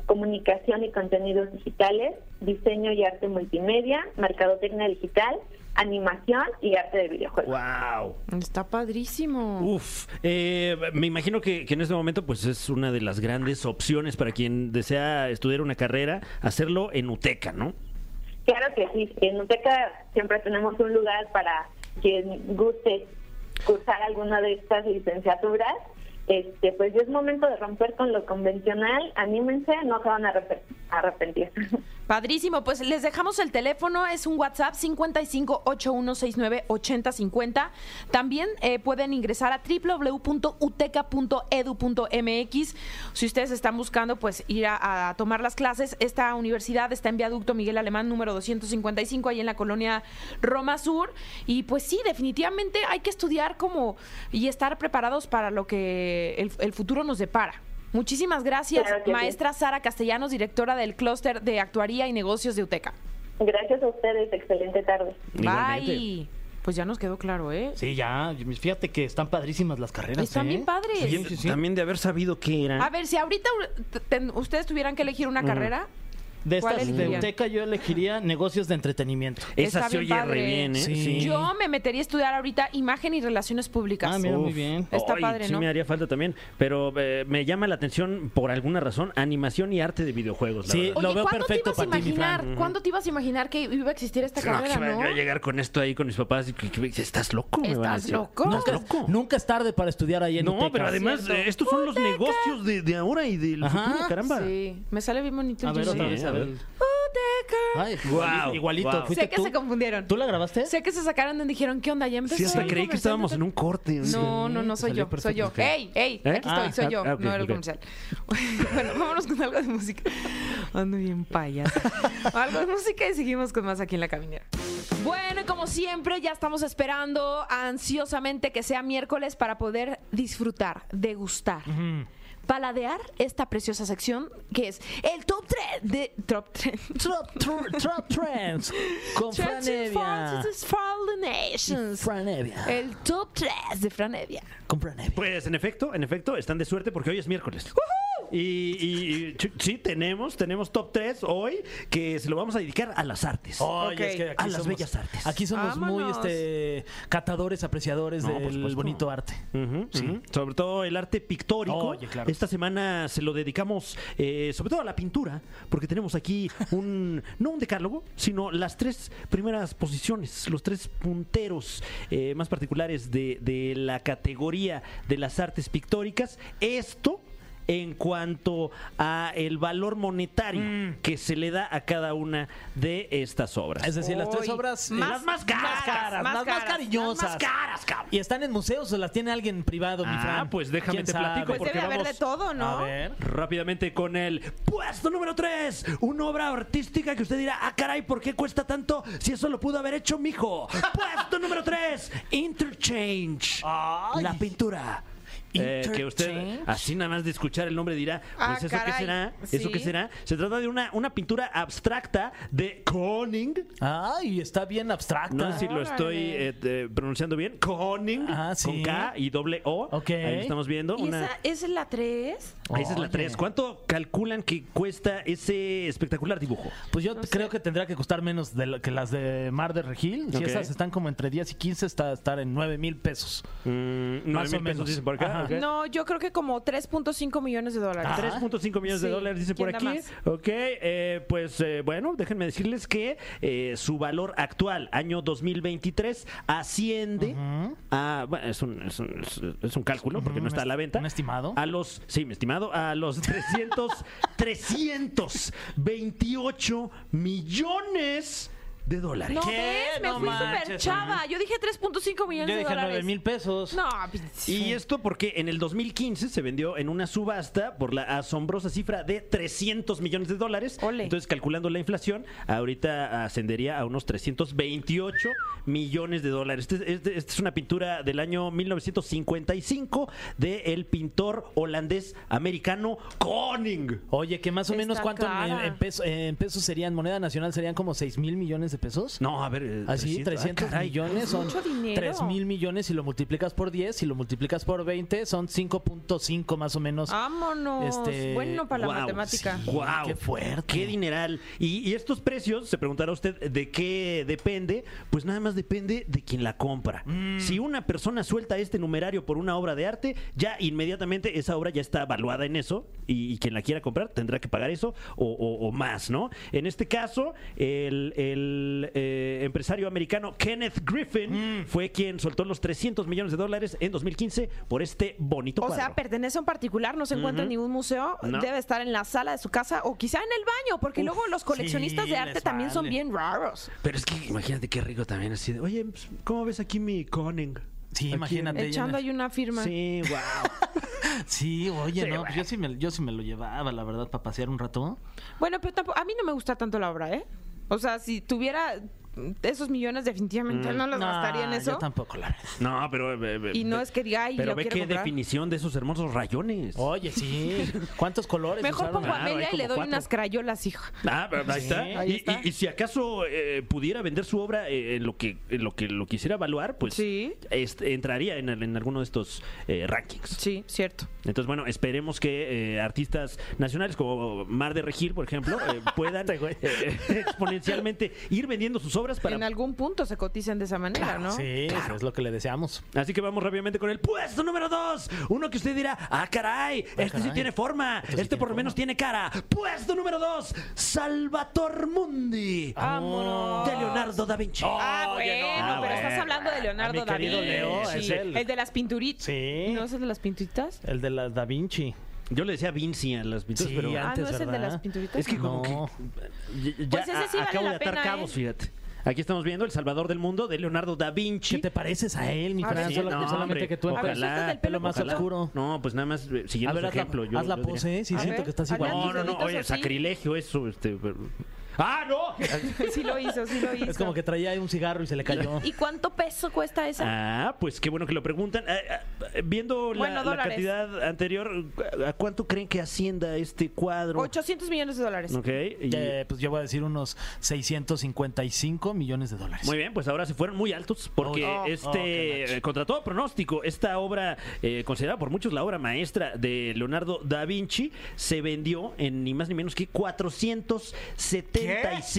S7: comunicación y contenidos digitales, diseño y arte multimedia, mercadotecnia digital, animación y arte de videojuegos.
S2: ¡Wow!
S1: Está padrísimo.
S2: Uf, eh, me imagino que, que en este momento pues es una de las grandes opciones para quien desea estudiar una carrera, hacerlo en UTECA, ¿no?
S7: Claro que sí, en UTECA siempre tenemos un lugar para quien guste cursar alguna de estas licenciaturas. Este, pues ya es momento de romper con lo convencional, anímense, no se van a arrepentir. arrepentir.
S1: Padrísimo, pues les dejamos el teléfono, es un WhatsApp 5581698050. También eh, pueden ingresar a www.uteca.edu.mx. Si ustedes están buscando pues ir a, a tomar las clases, esta universidad está en Viaducto Miguel Alemán número 255 ahí en la colonia Roma Sur y pues sí, definitivamente hay que estudiar como y estar preparados para lo que el- el futuro nos depara. Muchísimas gracias,
S7: Claro que sí.
S1: maestra Sara Castellanos, directora del clúster de actuaría y negocios de UTECA.
S7: Gracias a ustedes, excelente tarde.
S1: Bye. Pues ya nos quedó claro, ¿eh?
S3: Sí, ya. Fíjate que están padrísimas las carreras.
S1: Están
S3: ¿eh?
S1: bien padres.
S3: Sí, sí, sí.
S2: También de haber sabido qué era.
S1: A ver, si ahorita u- ten- ustedes tuvieran que elegir
S3: Mm.
S1: una carrera,
S3: De
S1: ¿Cuál
S3: estas de
S1: elegirían?
S3: Uteca yo elegiría negocios de entretenimiento.
S1: está
S2: Esa se
S1: bien
S2: oye
S1: padre.
S2: re bien, ¿eh?
S3: Sí.
S1: yo me metería a estudiar ahorita imagen y relaciones públicas.
S3: Ah, mira, muy bien.
S1: Está padre,
S2: sí
S1: ¿no?
S2: me haría falta también, pero eh, me llama la atención por alguna razón animación y arte de videojuegos. la
S3: Sí,
S2: verdad.
S3: lo
S1: Oye,
S3: veo
S1: ¿cuándo te
S3: perfecto
S1: ibas a
S3: para ti, mi
S1: imaginar?
S3: Fran.
S1: ¿Cuándo te ibas a imaginar que iba a existir esta
S2: Claro,
S1: carrera,
S2: que
S1: no?
S2: Voy a llegar con esto ahí con mis papás y que, que- que- estás loco. me van a
S1: ¿Estás
S2: decir.
S1: loco?
S2: No,
S3: Nunca,
S2: ¿Estás loco?
S3: nunca es tarde para estudiar ahí en
S2: No,
S3: Uteca.
S2: pero además
S1: Cierto.
S2: eh, estos son los negocios de, de ahora y del
S3: Ajá.
S2: futuro, caramba.
S1: Ah, Sí, me sale bien bonito.
S3: A
S1: el
S3: ver,
S1: jingle.
S3: otra vez,
S2: Sí,
S3: a
S2: a
S3: ver.
S2: ver.
S1: UTECA.
S3: Ay,
S2: Guau,
S3: igualito.
S2: guau.
S3: ¿fuiste
S1: Sé que
S3: tú?
S1: se confundieron.
S3: ¿Tú la grabaste?
S1: Sé que se sacaron y dijeron, ¿qué onda? Ya empezó.
S2: Sí, hasta
S1: el
S2: creí que
S1: comercial
S2: estábamos
S1: de
S2: en un corte.
S1: No, no, no soy
S2: Salió
S1: yo, soy
S2: perfecto.
S1: yo.
S2: Ok.
S1: ¡Ey, ey!
S2: ¿Eh?
S1: Aquí estoy,
S2: Ah,
S1: soy yo.
S2: ah, ok,
S1: no era el
S2: ok.
S1: comercial. bueno, vámonos con algo de música. Ando bien payasa. algo de música y seguimos con más aquí en la caminera. Bueno, y como siempre, ya estamos esperando ansiosamente que sea miércoles para poder disfrutar, degustar. Paladear esta preciosa sección que es el top 3 de top 3
S3: Trap, tr- trap Trends con Fran Evia. Fran Evia.
S1: el top 3 de Franevia.
S3: Con Fran Evia.
S2: Pues en efecto, en efecto, están de suerte porque hoy es miércoles. Y, y- y ch- sí, tenemos, tenemos top 3 hoy que se lo vamos a dedicar a las artes.
S3: Oye,
S1: Ok.
S3: es que aquí
S2: A las
S3: somos-
S2: bellas artes.
S3: Aquí somos muy
S1: Vámonos.
S3: este, catadores, apreciadores
S2: No, por
S3: del
S2: supuesto.
S3: bonito arte.
S2: Ujú, ujú. Sobre todo el arte pictórico.
S3: Oye, claro.
S2: Esta semana se lo dedicamos eh, sobre todo a la pintura, porque tenemos aquí un, no un decálogo, sino las tres primeras posiciones, los tres punteros eh, más particulares de, de la categoría de las artes pictóricas. Esto en cuanto a el valor monetario que se le da a cada una de estas obras.
S3: Es decir, las tres
S1: Uy.
S3: obras eh,
S1: Más-
S3: las más caras,
S1: más caras,
S3: las
S1: más
S3: más,
S1: caras,
S3: cariñosas.
S1: las más
S2: caras, cabrón.
S3: ¿Y están en museos o las tiene alguien privado, mi
S2: Ah,
S3: Fran?
S2: pues déjame
S3: ¿Quién
S2: te
S3: sabe?
S2: platico,
S1: Pues
S2: porque
S1: debe haber
S2: vamos-
S1: de todo, ¿no?
S3: A ver.
S2: Rápidamente con el puesto número 3. Una obra artística que usted dirá, ah, caray, ¿por qué cuesta tanto si eso lo pudo haber hecho mi hijo? puesto número 3. Interchange.
S3: Ay.
S2: La pintura. Eh, que usted
S3: Interchange.
S2: así nada más de escuchar el nombre dirá, pues
S1: Ah,
S2: eso
S1: caray,
S2: qué será, eso
S1: sí.
S2: qué será. Se trata de una, una pintura abstracta de Koning.
S3: Ay, está bien abstracta.
S2: No sé si lo estoy
S1: Órale.
S2: eh, eh, pronunciando bien. Koning
S3: Ah, sí.
S2: con K y doble O.
S3: Ok.
S2: Ahí lo estamos viendo.
S1: ¿Y
S2: una...
S1: esa es la 3?
S2: Esa es la
S3: Oye.
S2: 3. ¿Cuánto calculan que cuesta ese espectacular dibujo?
S3: Pues yo creo que tendrá que costar menos de lo- que las de Mar de Regil. Si
S2: Ok.
S3: esas están como entre 10 y 15, está estar en 9 mil pesos.
S2: Más
S3: o menos.
S2: dicen por acá.
S3: Ajá.
S2: ok.
S1: No, yo creo que como 3.5 millones de dólares.
S3: Ah.
S2: 3.5 millones de
S1: Sí,
S2: dólares, dice por
S1: ¿quién
S2: aquí.
S1: da más?
S2: Ok, eh, pues eh, bueno, déjenme decirles que eh, su valor actual, año 2023, asciende a. Bueno, es un, es un- es un cálculo porque no
S3: Ujú,
S2: está a la venta.
S3: ¿Un estimado?
S2: A los, sí, mi estimado, a los 300, 328 millones de dólares.
S1: No,
S3: ¿Qué?
S1: ¿ves? Me
S3: No
S1: fui
S3: manches,
S1: súper chava.
S3: ajá.
S1: Yo dije 3.5
S3: Yo
S1: millones de
S3: dije 9
S1: dólares.
S3: mil pesos.
S1: No, pinche.
S2: Y esto porque en el 2015 se vendió en una subasta por la asombrosa cifra de 300 millones de dólares.
S1: Ole.
S2: Entonces, calculando la inflación, ahorita ascendería a unos 328 millones de dólares. Este- este- Esta es una pintura del año 1955 del pintor holandés americano Koning.
S3: Oye, que más o
S1: Está
S3: menos cuánto en- en,
S1: cara.
S3: en peso- en pesos serían, moneda nacional serían como 6 mil millones de pesos.
S2: No, a ver. eh,
S3: Así, 300
S2: ah, caray.
S3: millones son
S1: mucho dinero.
S3: 3 mil millones. Si lo multiplicas por 10, si lo multiplicas por 20, son 5.5 más o menos.
S1: Vámonos.
S3: Este,
S1: Bueno para la
S2: Guau,
S1: matemática.
S2: sí, guau.
S3: Qué fuerte.
S2: Qué dineral. Y, y estos precios, se preguntará usted, ¿de qué depende? Pues nada más depende de quien la compra.
S3: Mm.
S2: Si una persona suelta este numerario por una obra de arte, ya inmediatamente esa obra ya está evaluada en eso y, y quien la quiera comprar tendrá que pagar eso o, o- o más, ¿no? En este caso, el, el el eh, empresario americano Kenneth Griffin
S3: Mm.
S2: fue quien soltó los 300 millones de dólares en 2015 por este bonito
S1: O
S2: cuadro.
S1: sea, pertenece a un particular, no se encuentra en ningún museo,
S2: No.
S1: debe estar en la sala de su casa o quizá en el baño, porque luego los coleccionistas
S3: sí,
S1: de arte
S3: les
S1: también son
S3: vale.
S1: bien raros.
S2: Pero es que imagínate qué rico también así de, oye, pues, ¿cómo ves aquí mi Conning?
S3: Sí,
S2: Aquí-
S3: imagínate.
S1: Echando
S3: Janet.
S1: ahí una firma.
S2: Sí, wow.
S3: Sí, oye,
S2: Sí,
S3: no, pues
S2: güey.
S3: yo sí, me, yo sí me lo llevaba, la verdad, para pasear un rato.
S1: Bueno, pero tampoco, a mí no me gusta tanto la obra, ¿eh? O sea, si tuviera esos millones, definitivamente
S2: Mm.
S1: no los gastaría en
S3: No,
S1: eso.
S3: Yo tampoco, la verdad.
S2: No, pero... eh, eh,
S1: Y no
S2: ve-
S1: es que diga, "Ay,
S2: Pero
S1: lo
S2: ve
S1: quiero
S2: qué
S1: comprar".
S2: definición de esos hermosos rayones.
S3: Oye, sí. ¿Cuántos colores?
S1: Mejor
S3: usaron?
S1: pongo a
S2: Pues, Claro,
S1: Amelia
S2: hay
S1: y le
S2: como
S1: doy
S2: cuatro.
S1: unas crayolas, hija.
S2: Ah, pero ahí
S3: Sí,
S2: está.
S3: ahí
S2: y,
S1: está.
S2: y- y si acaso eh, pudiera vender su obra eh, en lo que en lo que lo quisiera evaluar, pues
S1: Sí.
S2: este, entraría en, el- en alguno de estos eh, rankings.
S1: Sí, cierto.
S2: Entonces, bueno, esperemos que eh, artistas nacionales como Mar de Regil, por ejemplo, eh, puedan
S1: Este
S2: eh, exponencialmente ir vendiendo sus obras para...
S1: En algún punto se cotizan de esa manera, ¿no?
S3: Sí, eso es lo que le deseamos.
S2: Así que vamos rápidamente con el puesto número 2. Uno que usted dirá, ah, caray, este sí
S3: caray.
S2: tiene forma, este,
S3: tiene
S2: por lo menos
S3: forma.
S2: tiene cara. Puesto número 2, Salvator Mundi.
S1: Vámonos.
S2: De Leonardo da Vinci.
S1: Ah, bueno,
S2: Ah,
S1: pero estás
S2: bueno.
S1: hablando de Leonardo
S3: mi querido
S1: da Vinci.
S3: Leo, es él.
S1: El de las pinturitas.
S3: Sí.
S1: ¿No es el de las pinturitas?
S3: El de la Da Vinci.
S2: Yo le decía Vinci a las pinturas,
S3: Sí,
S2: pero
S1: Ah, ¿no es el de
S3: ¿verdad?
S1: las pinturitas?
S2: es que como
S3: No.
S2: que ya- ya
S1: Pues ese sí
S2: a-
S1: vale
S2: acabo
S1: la
S2: de atar
S1: pena, ¿eh?
S2: cabos, fíjate. Aquí estamos viendo El Salvador del Mundo de Leonardo da Vinci. Ah,
S3: ¿Qué te pareces a él, mi
S1: A ver,
S3: Fran?
S1: sí,
S3: Solo-
S1: no,
S3: solamente
S2: hombre,
S3: que tú en
S1: ojalá.
S3: pe-
S1: suéltate el pelo
S3: más oscuro.
S2: No, pues nada más eh,
S3: A
S2: siguiendo
S3: ver,
S2: su
S3: haz la-
S2: ejemplo.
S3: haz
S2: yo-
S3: la
S2: yo diría.
S3: pose, ¿eh? Sí,
S1: A
S3: siento
S1: ver,
S3: que estás
S1: haz la
S3: igual.
S2: No, no, no,
S1: deditos
S2: oye,
S1: así.
S2: sacrilegio eso. Este, pero- ¡Ah, no!
S1: Sí lo hizo, sí lo hizo.
S3: Es como que traía ahí un cigarro y se le cayó.
S1: ¿Y cuánto peso cuesta esa?
S2: Ah, pues qué bueno que lo preguntan. Ah, ah, Viendo la,
S1: Bueno,
S2: la
S1: dólares.
S2: cantidad anterior, ¿a cuánto creen que ascienda este cuadro?
S1: 800 millones de dólares.
S2: Ok. y-
S3: Eh, pues yo voy a decir unos 655 millones de dólares.
S2: Muy bien, pues ahora se fueron muy altos porque
S3: Oh, oh,
S2: este,
S3: qué
S2: eh, contra todo pronóstico, esta obra, eh, considerada por muchos la obra maestra de Leonardo da Vinci, se vendió en ni más ni menos que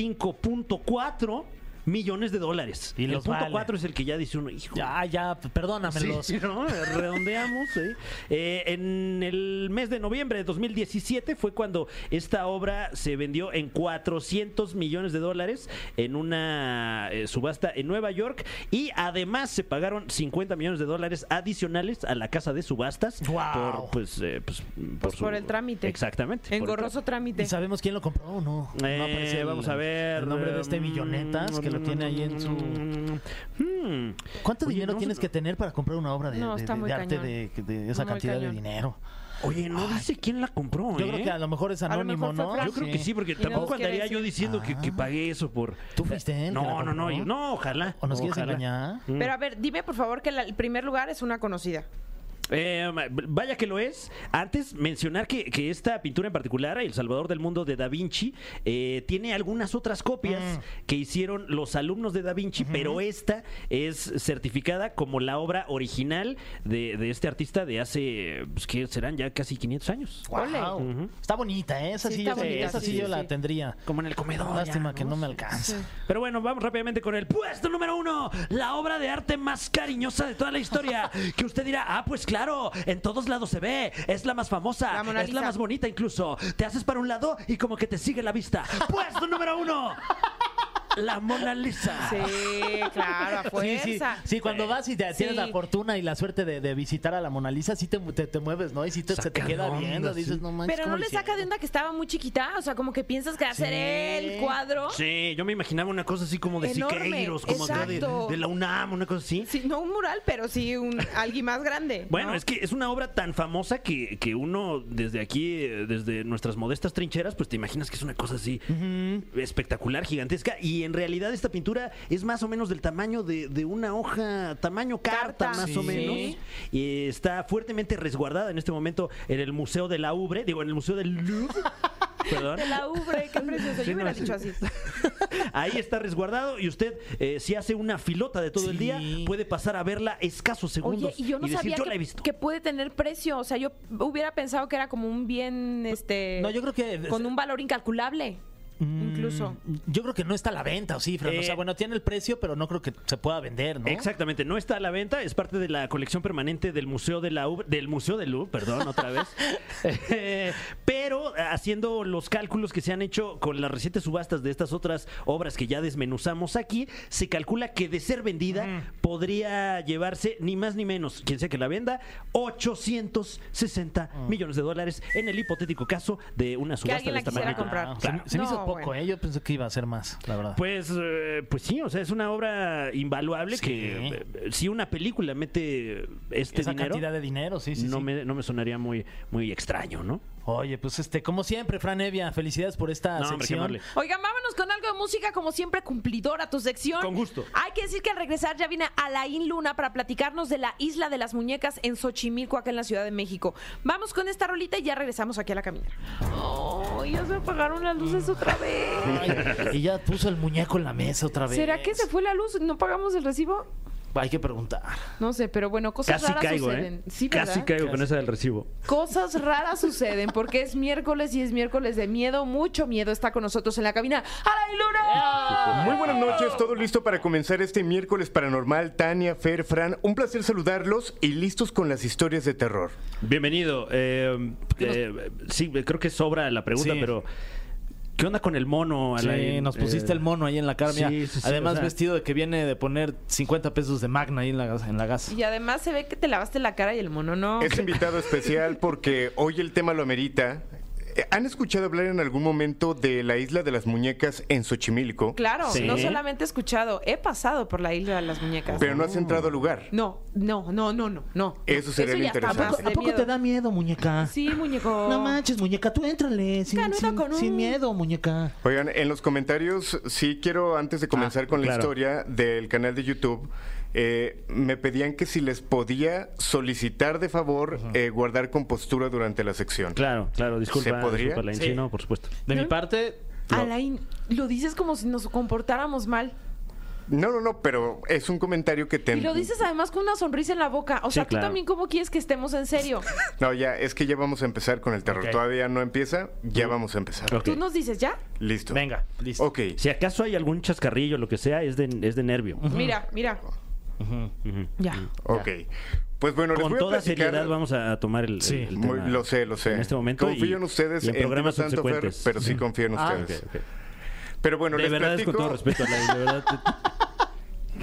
S2: 475.4 millones de dólares.
S3: Y
S2: el
S3: los
S2: punto
S3: vale.
S2: 4 es el que ya dice uno, hijo.
S3: Ya, ya, perdónamelos.
S2: Sí, ¿no? redondeamos. ¿eh? Eh, en el mes de noviembre de 2017 fue cuando esta obra se vendió en 400 millones de dólares en una eh, subasta en Nueva York y además se pagaron 50 millones de dólares adicionales a la casa de subastas
S3: Guau.
S2: por pues, eh, pues,
S1: Pues por el trámite.
S2: Exactamente. por el
S1: Engorroso trámite.
S3: ¿Y sabemos quién lo compró o no? No
S2: Eh,
S3: aparece el-
S2: vamos a ver. mm,
S3: El nombre de este
S2: eh,
S3: millonetas
S1: mm,
S3: que lo tiene ahí en su.
S2: Hmm.
S3: ¿Cuánto
S2: Oye,
S3: dinero
S2: no,
S3: tienes
S2: no.
S3: que tener para comprar una obra de,
S1: No,
S3: de-
S1: está
S3: de-
S1: muy
S3: de arte de,
S1: cañón.
S3: de esa
S1: Muy
S3: cantidad de
S1: cañón.
S3: dinero?
S2: Oye, no dice quién la compró.
S3: Yo
S2: ¿eh?
S3: creo que a lo mejor es
S1: A lo
S3: anónimo,
S1: mejor fue
S3: ¿no?
S1: Fran.
S2: Yo creo que sí, porque
S1: Y no nos
S2: tampoco
S1: quiere
S2: andaría yo
S1: decir.
S2: diciendo que, que pagué eso por.
S3: ¿Tú fuiste él que
S2: No,
S3: la
S2: no, no,
S3: compró?
S2: yo- no, ojalá.
S3: ¿O nos quieres
S2: ojalá. Mm.
S3: engañar?
S1: Pero a ver, dime por favor que la- el primer lugar es una conocida.
S2: Eh, vaya que lo es. Antes, mencionar que, que esta pintura en particular, El Salvador del Mundo de Da Vinci, eh, tiene algunas otras copias
S3: Mm.
S2: que hicieron los alumnos de Da Vinci, pero esta es certificada como la obra original de, de este artista de hace, pues, ¿qué serán? Ya casi 500 años.
S3: Guau. Está bonita, ¿eh? Esa
S1: Sí,
S3: sí,
S1: está
S3: yo,
S1: bonita,
S3: esa sí
S1: sí,
S3: yo
S1: sí,
S3: la
S1: sí.
S3: tendría.
S2: Como en el comedor. ya,
S3: Lástima que no me alcanza.
S2: Pero bueno, vamos rápidamente con el puesto número uno. La obra de arte más cariñosa de toda la historia. que usted dirá, ah, pues claro, en todos lados se ve. Es la más famosa.
S1: La Mona
S2: es la
S1: Lisa.
S2: más bonita incluso. Te haces para un lado y como que te sigue la vista. puesto número uno. La Mona Lisa.
S1: Sí, claro, a
S3: Sí,
S1: fuerza.
S3: sí, sí, cuando vas y te-
S1: Sí.
S3: tienes la fortuna y la suerte de, de visitar a la Mona Lisa, sí te, te- te mueves, ¿no? Y sí te, se te
S2: Saca
S3: queda
S2: de onda,
S3: viendo,
S2: sí.
S3: dices, no manches.
S1: Pero no
S3: ¿cómo
S1: le
S3: hicieron?"
S1: saca de onda que estaba muy chiquita, o sea, como que piensas que va a ser
S3: Sí.
S1: el cuadro.
S2: Sí, yo me imaginaba una cosa así como de
S1: Enorme,
S2: Siqueiros, como de- de,
S1: exacto.
S2: de la UNAM, una cosa así.
S1: Sí, no un mural, pero sí un alguien más grande.
S2: Bueno,
S1: ¿no?
S2: es que es una obra tan famosa que, que uno desde aquí, eh, desde nuestras modestas trincheras, pues te imaginas que es una cosa así espectacular, gigantesca. Y en realidad esta pintura es más o menos del tamaño de, de una hoja, tamaño carta,
S1: Carta.
S2: más o
S1: Sí.
S2: menos. Y está fuertemente resguardada en este momento en el Museo de la Ubre, digo, en el Museo del Louvre. Perdón.
S1: De la ubre, qué precioso.
S2: Sí,
S1: Yo
S2: no,
S1: hubiera
S2: es-
S1: dicho así.
S2: Ahí está resguardado y usted, eh, si hace una filota de todo el
S3: Sí.
S2: día, puede pasar a verla escasos
S1: Oye,
S2: segundos.
S1: y yo no
S2: decir,
S1: sabía
S2: yo
S1: que,
S2: la he visto.
S1: que puede tener precio. O sea, yo hubiera pensado que era como un bien, este...
S3: No, yo creo que. eh, Mm.
S1: Con un valor incalculable, incluso.
S3: Yo creo que no está a la venta, ¿o sí, Fran? o
S2: Eh,
S3: sea, bueno, tiene el precio, pero no creo que se pueda vender, ¿no?
S2: Exactamente, no está a la venta, es parte de la colección permanente del Museo de la Ubre- del Museo del Louvre, perdón, otra vez. Eh, pero haciendo los cálculos que se han hecho con las recientes subastas de estas otras obras que ya desmenuzamos aquí, se calcula que de ser vendida podría llevarse ni más ni menos, quien sea que la venda, 860 millones de dólares en el hipotético caso de una subasta
S1: Ah. alguien
S2: de
S1: la
S2: esta
S1: quisiera
S2: magnitud.
S1: comprar.
S3: Se, me- se me
S1: No,
S3: hizo poco,
S1: bueno.
S3: ¿eh? Yo pensé que iba a ser más, la verdad.
S2: Pues, eh, pues sí, o sea, es una obra invaluable
S3: Sí.
S2: que eh, si una película mete este
S3: Esa
S2: dinero,
S3: cantidad de dinero, sí, sí.
S2: no,
S3: sí.
S2: Me, no me sonaría muy, muy extraño, ¿no?
S3: Oye, pues este, como siempre, Fran Evia, felicidades por esta
S2: No, hombre, qué
S3: sección.
S2: amable.
S1: Oigan, vámonos con algo de música, como siempre, cumplidora tu sección.
S2: Con gusto.
S1: Hay que decir que al regresar ya viene Alain Luna para platicarnos de la Isla de las Muñecas en Xochimilco, acá en la Ciudad de México. Vamos con esta rolita y ya regresamos aquí a la caminera. Mm. Oh, ya se apagaron las luces otra vez.
S3: Ay, y ya puso el muñeco en la mesa otra vez.
S1: ¿Será que se fue la luz? ¿No pagamos el recibo?
S3: Hay que preguntar.
S1: No sé, pero bueno, cosas
S2: Casi
S1: raras
S2: caigo,
S1: suceden.
S2: ¿eh?
S1: Sí,
S2: Casi
S1: ¿verdad?
S2: caigo con esa del recibo.
S1: Cosas raras suceden porque es miércoles y es miércoles de miedo, mucho miedo. Está con nosotros en la cabina Alain Luna.
S8: Muy buenas noches, todo listo para comenzar este miércoles paranormal. Tania, Fer, Fran, un placer saludarlos y listos con las historias de terror.
S2: Bienvenido. eh, eh, sí, creo que sobra la pregunta,
S3: Sí.
S2: pero ¿qué onda con el mono?
S3: Sí,
S2: Alain?
S3: nos pusiste
S2: Eh,
S3: el mono ahí en la cara.
S2: sí,
S3: mira.
S2: sí, sí,
S3: Además,
S2: o sea-
S3: vestido de que viene de poner 50 pesos de magna ahí en la, gas- en la gas.
S1: Y además se ve que te lavaste la cara y el mono no.
S8: Es invitado especial porque hoy el tema lo amerita. Eh, ¿Han escuchado hablar en algún momento de la isla de las muñecas en Xochimilco?
S1: Claro,
S2: Sí.
S1: no solamente he escuchado, he pasado por la isla de las muñecas.
S8: Pero no has entrado al lugar.
S1: No, no, no, no, no, no.
S8: Eso sería lo
S1: ya está
S8: interesante.
S1: más
S8: ¿A
S1: de miedo.
S3: miedo, muñeca?
S1: Sí, muñeco.
S6: No manches, muñeca, tú éntrale. Sin,
S1: Canudo
S6: sin-
S1: con un-
S6: sin miedo, muñeca.
S8: Oigan, en los comentarios, sí quiero, antes
S1: Ah,
S8: de comenzar con la
S2: claro.
S8: historia del canal de YouTube, eh, me pedían que si les podía solicitar de favor eh, guardar compostura durante la sección.
S2: Claro, claro, disculpa.
S8: ¿Se podría?
S2: disculpa, Alain. Sí,
S3: Sí.
S2: no, por supuesto.
S3: De mi parte,
S1: Alain, lo dices como si nos comportáramos mal.
S8: No, no, no, pero es un comentario que
S1: Y
S8: ten...
S1: lo dices además con una sonrisa en la boca. O
S2: Sí,
S1: sea,
S2: claro.
S1: tú también, ¿cómo quieres que estemos en serio?
S8: No, ya, es que ya vamos a empezar con el terror.
S2: Ok.
S8: Todavía no empieza, ya vamos a empezar.
S2: Ok.
S1: Tú nos dices, ¿ya?
S8: Listo.
S3: venga, listo.
S8: Ok.
S2: Si acaso hay algún chascarrillo, lo que sea, es de, es de nervio.
S1: Mira, mira. Ya.
S8: Ok. Pues bueno, les
S2: Con
S8: voy a
S2: toda
S8: platicar-
S2: seriedad vamos a tomar el,
S3: Sí.
S2: el- el
S8: Muy-
S2: tema
S8: lo sé, lo sé.
S2: En este momento.
S8: Confío
S2: y-
S8: en ustedes,
S2: y en programas
S8: entiendo tanto, Fer,
S2: subsecuentes.
S8: pero sí confío en
S2: Ah,
S8: ustedes.
S2: ok, ok.
S8: Pero bueno,
S2: De
S8: les
S2: verdad es
S8: platico...
S2: con todo respeto, Alain, de verdad.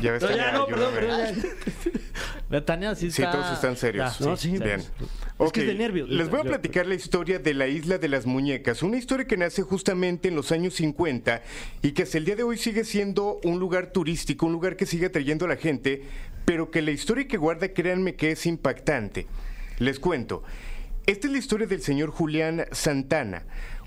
S8: Ya ves, Tania, ayúdame.
S3: La Tania sí
S8: Sí,
S3: está...
S8: todos están serios.
S3: Ya, pues,
S2: No, sí,
S8: Bien.
S2: es
S8: Ok,
S2: que es de nervios.
S8: Les voy a
S2: Yo-
S8: platicar la historia de la Isla de las Muñecas, una historia que nace justamente en los años 50 y que hasta el día de hoy sigue siendo un lugar turístico, un lugar que sigue atrayendo a la gente, pero que la historia que guarda, créanme que es impactante. Les cuento. Esta es la historia del señor Julián Santana,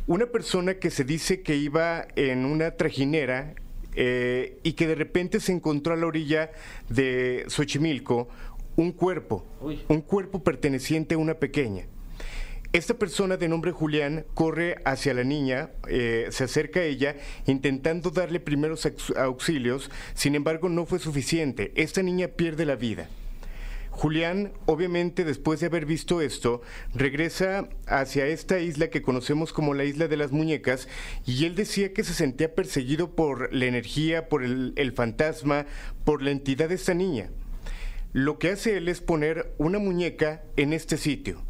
S8: una persona que se dice que iba en una trajinera eh, y que de repente se encontró a la orilla de Xochimilco un cuerpo, un cuerpo perteneciente a una pequeña. Esta persona de nombre Julián corre hacia la niña, eh, se acerca a ella intentando darle primeros aux- auxilios, sin embargo no fue suficiente, esta niña pierde la vida. Julián, obviamente después de haber visto esto, regresa hacia esta isla que conocemos como la isla de las muñecas y él decía que se sentía perseguido por la energía, por el, el fantasma, por la entidad de esta niña. Lo que hace él es poner una muñeca en este sitio.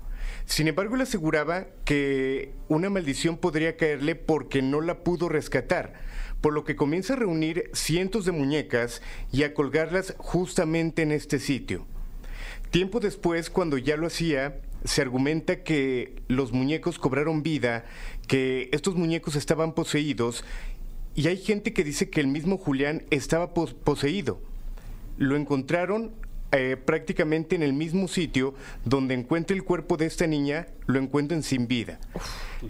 S8: Sin embargo, él aseguraba que una maldición podría caerle porque no la pudo rescatar, por lo que comienza a reunir cientos de muñecas y a colgarlas justamente en este sitio. Tiempo después, cuando ya lo hacía, se argumenta que los muñecos cobraron vida, que estos muñecos estaban poseídos, y hay gente que dice que el mismo Julián estaba pos- poseído. Lo encontraron eh, prácticamente en el mismo sitio donde encuentra el cuerpo de esta niña, lo encuentran sin vida.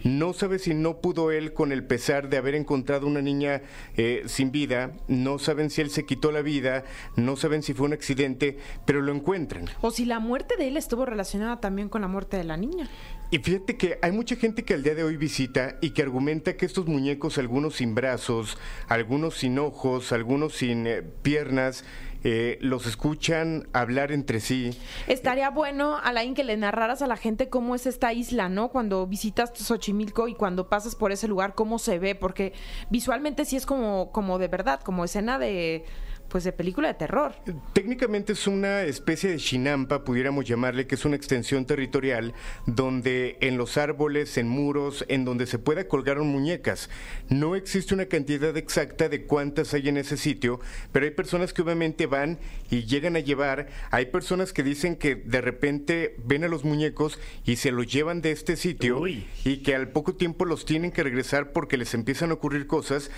S8: No sabe si no pudo él con el pesar de haber encontrado una niña eh, sin vida, no saben si él se quitó la vida, no saben si fue un accidente, pero lo encuentran.
S1: O si la muerte de él estuvo relacionada también con la muerte de la niña.
S8: Y fíjate que hay mucha gente que al día de hoy visita y que argumenta que estos muñecos, algunos sin brazos, algunos sin ojos, algunos sin eh, piernas, eh, los escuchan hablar entre sí.
S1: Estaría bueno, Alain, que le narraras a la gente cómo es esta isla, ¿no? Cuando visitas Xochimilco y cuando pasas por ese lugar, cómo se ve, porque visualmente sí es como, como de verdad, como escena de, pues de película de terror.
S8: Técnicamente es una especie de chinampa, pudiéramos llamarle, que es una extensión territorial donde en los árboles, en muros, en donde se pueda colgar muñecas. No existe una cantidad exacta de cuántas hay en ese sitio, pero hay personas que obviamente van y llegan a llevar. Hay personas que dicen que de repente ven a los muñecos y se los llevan de este sitio
S2: Uy.
S8: y que al poco tiempo los tienen que regresar porque les empiezan a ocurrir cosas.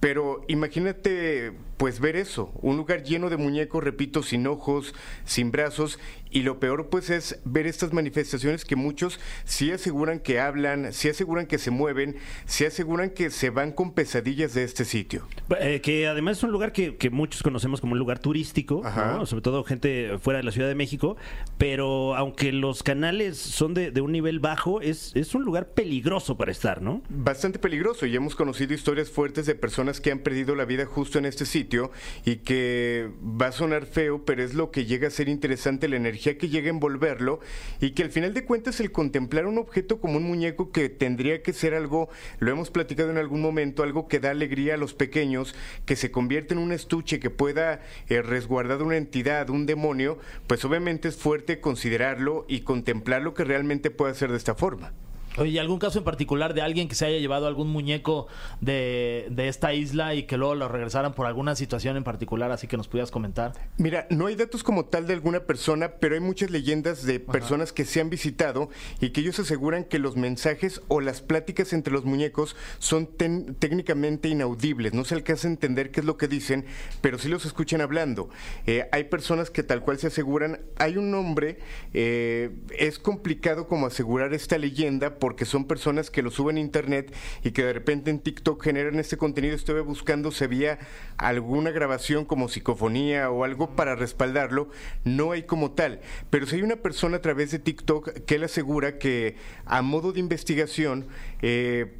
S8: Pero imagínate, pues ver eso, un lugar lleno de muñecos, repito, sin ojos, sin brazos, y lo peor pues es ver estas manifestaciones que muchos sí aseguran que hablan, sí aseguran que se mueven, sí aseguran que se van con pesadillas de este sitio.
S2: Eh, que además es un lugar que, que muchos conocemos como un lugar turístico,
S8: Ajá.
S2: ¿no? sobre todo gente fuera de la Ciudad de México, pero aunque los canales son de, de un nivel bajo, es, es un lugar peligroso para estar, ¿no?
S8: bastante peligroso y hemos conocido historias fuertes de personas que han perdido la vida justo en este sitio y que va a sonar feo, pero es lo que llega a ser interesante, la energía que llega a envolverlo y que al final de cuentas el contemplar un objeto como un muñeco que tendría que ser algo, lo hemos platicado en algún momento, algo que da alegría a los pequeños, que se convierte en un estuche que pueda eh, resguardar una entidad, un demonio, pues obviamente es fuerte considerarlo y contemplar lo que realmente puede hacer de esta forma.
S3: Oye, ¿y algún caso en particular de alguien que se haya llevado algún muñeco de, de esta isla y que luego lo regresaran por alguna situación en particular, así que nos pudieras comentar?
S8: Mira, no hay datos como tal de alguna persona, pero hay muchas leyendas de personas que se han visitado y que ellos aseguran que los mensajes o las pláticas entre los muñecos son ten- técnicamente inaudibles. No se alcanza a entender qué es lo que dicen, pero sí los escuchan hablando. Eh, hay personas que tal cual se aseguran. Hay un nombre, eh, es complicado como asegurar esta leyenda porque son personas que lo suben a internet y que de repente en TikTok generan este contenido. Estuve buscando si había alguna grabación como psicofonía o algo para respaldarlo. No hay como tal. Pero si hay una persona a través de TikTok que él asegura que a modo de investigación, eh,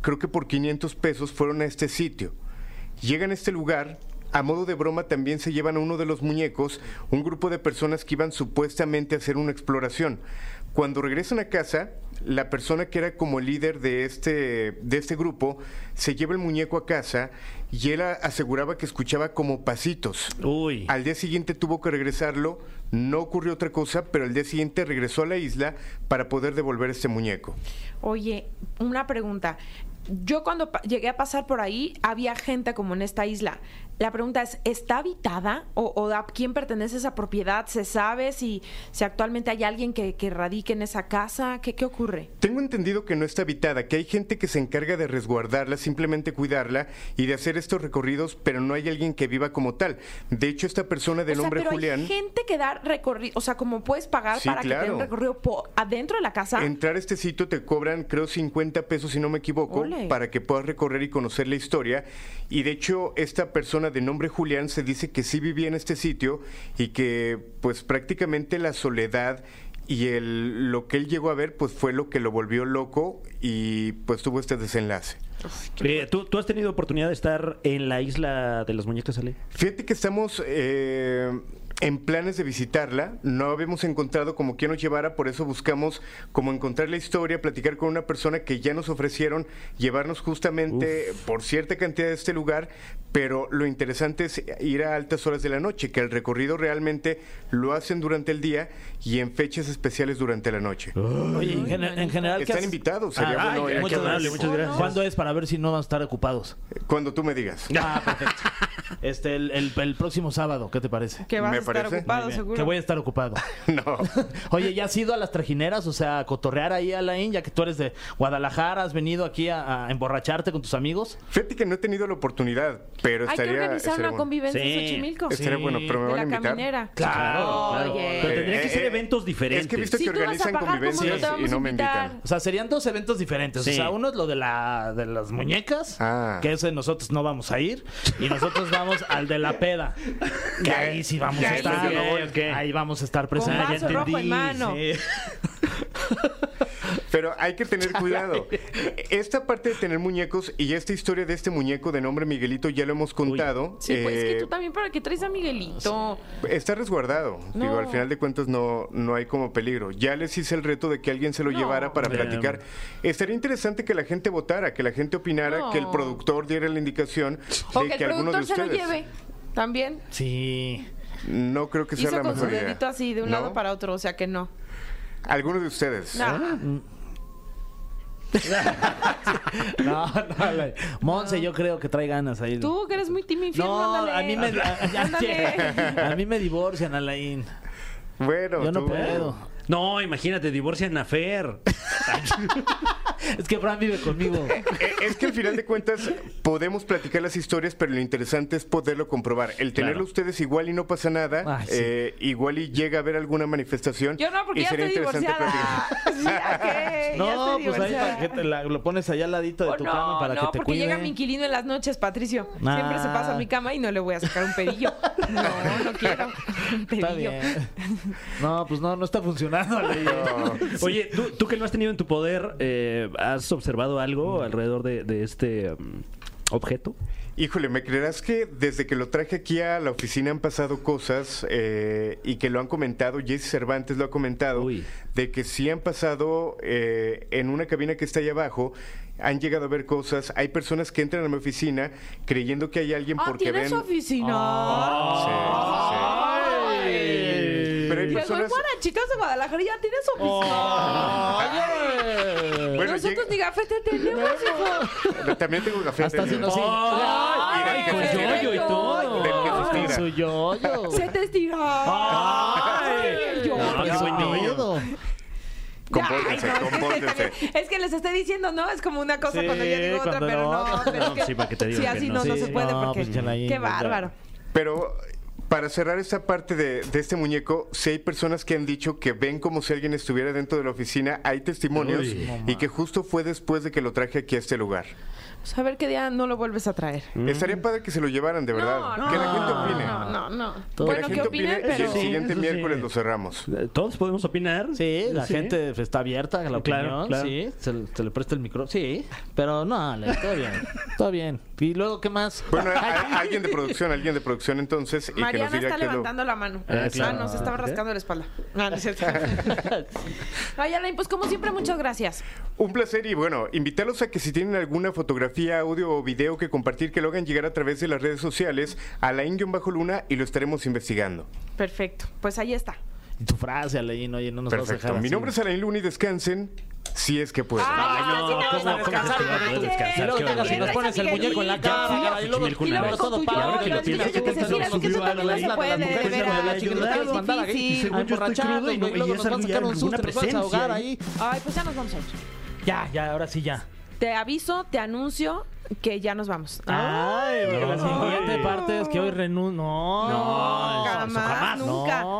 S8: creo que por 500 pesos fueron a este sitio. Llegan a este lugar. A modo de broma también se llevan a uno de los muñecos, un grupo de personas que iban supuestamente a hacer una exploración. Cuando regresan a casa, la persona que era como líder de este, de este grupo se lleva el muñeco a casa y él a- aseguraba que escuchaba como pasitos.
S2: Uy.
S3: Ah,
S8: Al día siguiente tuvo que regresarlo, no ocurrió otra cosa, pero al día siguiente regresó a la isla para poder devolver este muñeco.
S1: Oye, una pregunta. Yo cuando pa- llegué a pasar por ahí había gente como en esta isla. La pregunta es, ¿está habitada o, o a quién pertenece esa propiedad? ¿Se sabe si, si actualmente hay alguien que, que radique en esa casa? ¿Qué, qué ocurre?
S8: Tengo entendido que no está habitada, que hay gente que se encarga de resguardarla, simplemente cuidarla y de hacer estos recorridos, pero no hay alguien que viva como tal. De hecho, esta persona de
S1: o sea,
S8: nombre
S1: pero
S8: Julián...
S1: hay gente que da recorrido, o sea, como puedes pagar
S8: Sí,
S1: para que te
S8: claro.
S1: den un recorrido po- adentro de la casa.
S8: Entrar a este sitio te cobran, creo, 50 pesos, si no me equivoco,
S1: Ole.
S8: para que puedas recorrer y conocer la historia. Y de hecho, esta persona de nombre Julián se dice que sí vivía en este sitio y que, pues, prácticamente la soledad y el, lo que él llegó a ver, pues, fue lo que lo volvió loco y, pues, tuvo este desenlace.
S2: Eh, ¿tú, tú has tenido oportunidad de estar en la isla de las muñecas, Ale?
S8: Fíjate que estamos eh, en planes de visitarla. No habíamos encontrado como quién nos llevara, por eso buscamos como encontrar la historia, platicar con una persona que ya nos ofrecieron llevarnos justamente por cierta cantidad de este lugar. Pero lo interesante es ir a altas horas de la noche, que el recorrido realmente lo hacen durante el día y en fechas especiales durante la noche.
S3: Oye, en, gener- en general... ¿qué
S8: Están
S3: haces? Ah,
S8: invitados, sería bueno ir a
S3: muchas
S8: que
S3: gracias.
S2: hables. Muchas gracias.
S3: ¿Cuándo es para ver si no van a estar ocupados?
S8: Cuando tú me digas.
S3: Ah, perfecto. Este, el, el- el próximo sábado, ¿qué te parece?
S1: Que vas
S8: me
S1: a estar
S8: parece.
S1: ocupado, seguro.
S3: Que voy a estar ocupado.
S8: No.
S3: Oye, ¿ya has ido a las trajineras? O sea, a cotorrear ahí, Alain, ya que tú eres de Guadalajara, has venido aquí a, a emborracharte con tus amigos.
S8: Fíjate que no he tenido la oportunidad, pero
S1: Hay
S8: estaría.
S1: que organizar
S8: estaría
S1: una
S8: bueno.
S1: convivencia en
S2: Sí.
S1: Xochimilco.
S8: Estaría bueno, pero me
S1: de
S8: van a
S1: la
S8: invitar.
S1: caminera.
S3: Claro, claro.
S1: Oye.
S2: Pero tendrían que
S8: Eh,
S2: ser
S8: eh,
S2: eventos diferentes.
S8: Es que he visto
S1: Sí,
S8: que
S1: tú vas a
S8: organizan
S1: pagar, ¿cómo no te
S8: convivencias
S1: vamos
S8: y
S1: a
S8: no me
S1: invitar?
S8: invitan.
S3: O sea, serían dos eventos diferentes.
S2: Sí.
S3: O sea, uno es lo de, la, de las muñecas,
S8: Ah.
S3: que ese nosotros no vamos a ir. Y nosotros vamos al de la peda. Que ahí sí vamos a
S8: ahí
S3: estar.
S8: sí yo no voy, ¿o qué?
S3: Ahí vamos a estar
S1: Con
S3: presentes.
S1: vaso rojo en mano.
S3: Sí.
S8: Pero hay que tener cuidado. Esta parte de tener muñecos y esta historia de este muñeco de nombre Miguelito ya lo hemos contado.
S1: Sí, pues es
S8: Eh,
S1: que tú también, ¿para qué traes a Miguelito?
S8: Está resguardado. Digo,
S1: No.
S8: al final de cuentas no, no hay como peligro. Ya les hice el reto de que alguien se lo
S1: No.
S8: llevara para platicar. Estaría interesante que la gente votara, que la gente opinara,
S1: No.
S8: que el productor diera la indicación
S1: O
S8: de
S1: que
S8: que,
S1: el
S8: alguno de
S1: productor se
S8: ustedes.
S1: lo lleve. También.
S3: Sí.
S8: No creo que sea
S1: Hizo
S8: la
S1: con su
S8: mayoría.
S1: dedito así, de un
S8: ¿No?
S1: lado para otro, o sea que no.
S8: Alguno de ustedes.
S3: Ah,
S1: No.
S3: No, no, la- Monse, yo creo que trae ganas ahí.
S1: Tú que eres muy tímido, infierno,
S3: No,
S1: ándale.
S3: a mí, me, ya
S1: Ándale.
S3: sé. a mí me divorcian, Alain.
S8: Bueno,
S3: Yo no
S8: tú- ¿eh?
S3: puedo.
S2: No, imagínate, divorcian a Fer.
S3: Es que Fran vive conmigo.
S8: Eh, Es que al final de cuentas podemos platicar las historias, pero lo interesante es poderlo comprobar. El tenerlo
S2: Claro. Ah,
S8: ustedes igual y no pasa nada,
S3: Ay, sí.
S8: eh, igual y llega a haber alguna manifestación.
S1: Yo no, porque
S8: y
S1: ya
S8: sería
S1: estoy
S8: interesante
S1: divorciada.
S8: platicar.
S1: Sí, ¿a qué? Ya
S3: No,
S1: estoy
S3: pues ahí
S1: divorciada.
S3: para que te la- lo pones allá al ladito de
S1: Oh,
S3: tu
S1: no,
S3: cama para
S1: no,
S3: que te
S1: porque
S3: cuide.
S1: llega mi inquilino en las noches, Patricio.
S3: Ah.
S1: Siempre se pasa a mi cama y no le voy a sacar un pedillo. No, no quiero. Un
S3: Está
S1: pedillo.
S3: bien. No, pues no, no está funcionando. Alain.
S2: Oye, ¿tú, tú que lo has tenido en tu poder, eh, ¿has observado algo alrededor de, de este mm, objeto?
S8: Híjole, ¿me creerás que desde que lo traje aquí a la oficina han pasado cosas eh, y que lo han comentado? Jesse Cervantes lo ha comentado,
S2: Uy.
S8: de que sí han pasado eh, en una cabina que está allá abajo. Han llegado a ver cosas. Hay personas que entran a mi oficina creyendo que hay alguien
S1: Ah,
S8: porque
S1: ¿tienes
S8: ven.
S1: oficina?
S8: Sí, sí. Pero hay
S1: Llegó el
S8: personas.
S1: Guarachicas de Guadalajara y ya tienes oficina.
S8: Bueno,
S1: Nosotros ni
S8: llega-
S1: gafete tenemos, hijo.
S8: también tengo café.
S3: Hasta haciendo así.
S8: Ay,
S1: Ay,
S8: con
S1: qué
S8: yoyo y
S1: bello.
S8: todo. Del que se estira.
S3: Su yoyo.
S1: Se te estiró. Ay, el yoyo.
S2: No, qué buen yoyo.
S3: Todo.
S8: Compórtense,
S1: Ay, no, es que
S8: compórtense.
S1: también- Es que les estoy diciendo, ¿no? Es como una cosa
S3: Sí,
S1: cuando yo digo otra,
S3: cuando
S1: pero
S3: no.
S1: no. pero es
S2: No, sí, para que te digo
S1: sí,
S2: que
S1: así
S2: no.
S1: no, no,
S3: Sí,
S1: se puede
S3: no,
S1: porque...
S3: pues, ya la
S1: qué
S3: hice, ya.
S1: bárbaro.
S8: Pero para cerrar esta parte de, de este muñeco, si hay personas que han dicho que ven como si alguien estuviera dentro de la oficina, hay testimonios
S2: Uy.
S8: y que justo fue después de que lo traje aquí a este lugar.
S1: Pues, a ver qué día no lo vuelves a traer.
S2: Mm.
S8: Estaría padre que se lo llevaran, de verdad.
S1: No,
S8: que
S1: no,
S8: la gente opine.
S1: No, no, no.
S8: Que
S1: Bueno,
S8: la
S1: que
S8: gente opine
S1: opinen,
S8: y
S1: pero...
S8: el siguiente
S2: eso sí.
S8: miércoles lo cerramos.
S2: ¿Todos podemos opinar?
S3: Sí, la gente está abierta a la
S2: Claro,
S3: opinión,
S2: claro.
S3: sí, se, le- se le presta el micrófono, sí, pero no, Ale, todo bien, todo bien. Y luego, ¿qué más?
S8: Bueno, a- a- alguien de producción, alguien de producción entonces y
S1: Mariana
S8: que nos diga
S1: está
S8: qué es lo...
S1: levantando la mano.
S2: Ah,
S1: Ah,
S2: claro.
S1: no, se estaba rascando la espalda. Ah, no es cierto. Ay, Alain, pues como siempre, muchas gracias.
S8: Un placer y bueno, invitarlos a que si tienen alguna fotografía, audio o video que compartir, que lo hagan llegar a través de las redes sociales a la bajo luna y lo estaremos investigando.
S1: Perfecto. Pues ahí está.
S3: Y tu frase, Alain, oye, no nos vas a
S8: Perfecto.
S3: dejar
S8: Mi
S3: así.
S8: nombre es Alain Luna y descansen si es que pueden.
S3: Ah,
S1: Ay,
S2: no,
S1: así
S2: ¿cómo
S1: vamos a
S2: descansar?
S1: descansar,
S2: No puedes
S1: manches.
S2: descansar,
S3: Y luego
S2: qué
S3: llegas y nos
S2: barbaridad.
S3: pones el muñoco en la
S1: Yo fui a
S3: cara, y luego,
S2: Xochimilco
S3: y
S2: una
S3: luego
S2: vez.
S3: todo
S1: Y
S3: padre.
S1: luego
S3: y
S1: con
S3: luego
S1: tu
S3: te
S1: yoyo, que
S3: lo
S1: se
S3: subimos
S1: tira,
S3: a la
S1: es que eso también no se
S3: isla de
S1: puede,
S3: las mujeres,
S1: de
S3: a la
S1: veras,
S3: chica, nos
S1: es
S3: vamos a mandar aquí,
S1: difícil.
S3: a
S2: Según yo estoy
S3: emborracharnos,
S2: crudo y no-
S3: luego
S2: y ya
S3: nos van a
S2: salía
S3: sacar un
S2: alguna
S3: susto, nos van a
S2: presencia
S3: ahogar
S2: ahí.
S3: ahí.
S1: Ay, pues ya nos vamos a ir.
S3: Ya, ya, ahora sí ya.
S1: Te aviso, te anuncio que ya nos vamos.
S3: Ah, Ay, pero la siguiente parte es que hoy renuncio. No,
S1: Ah, No,
S3: eso- eso
S1: jamás,
S3: No,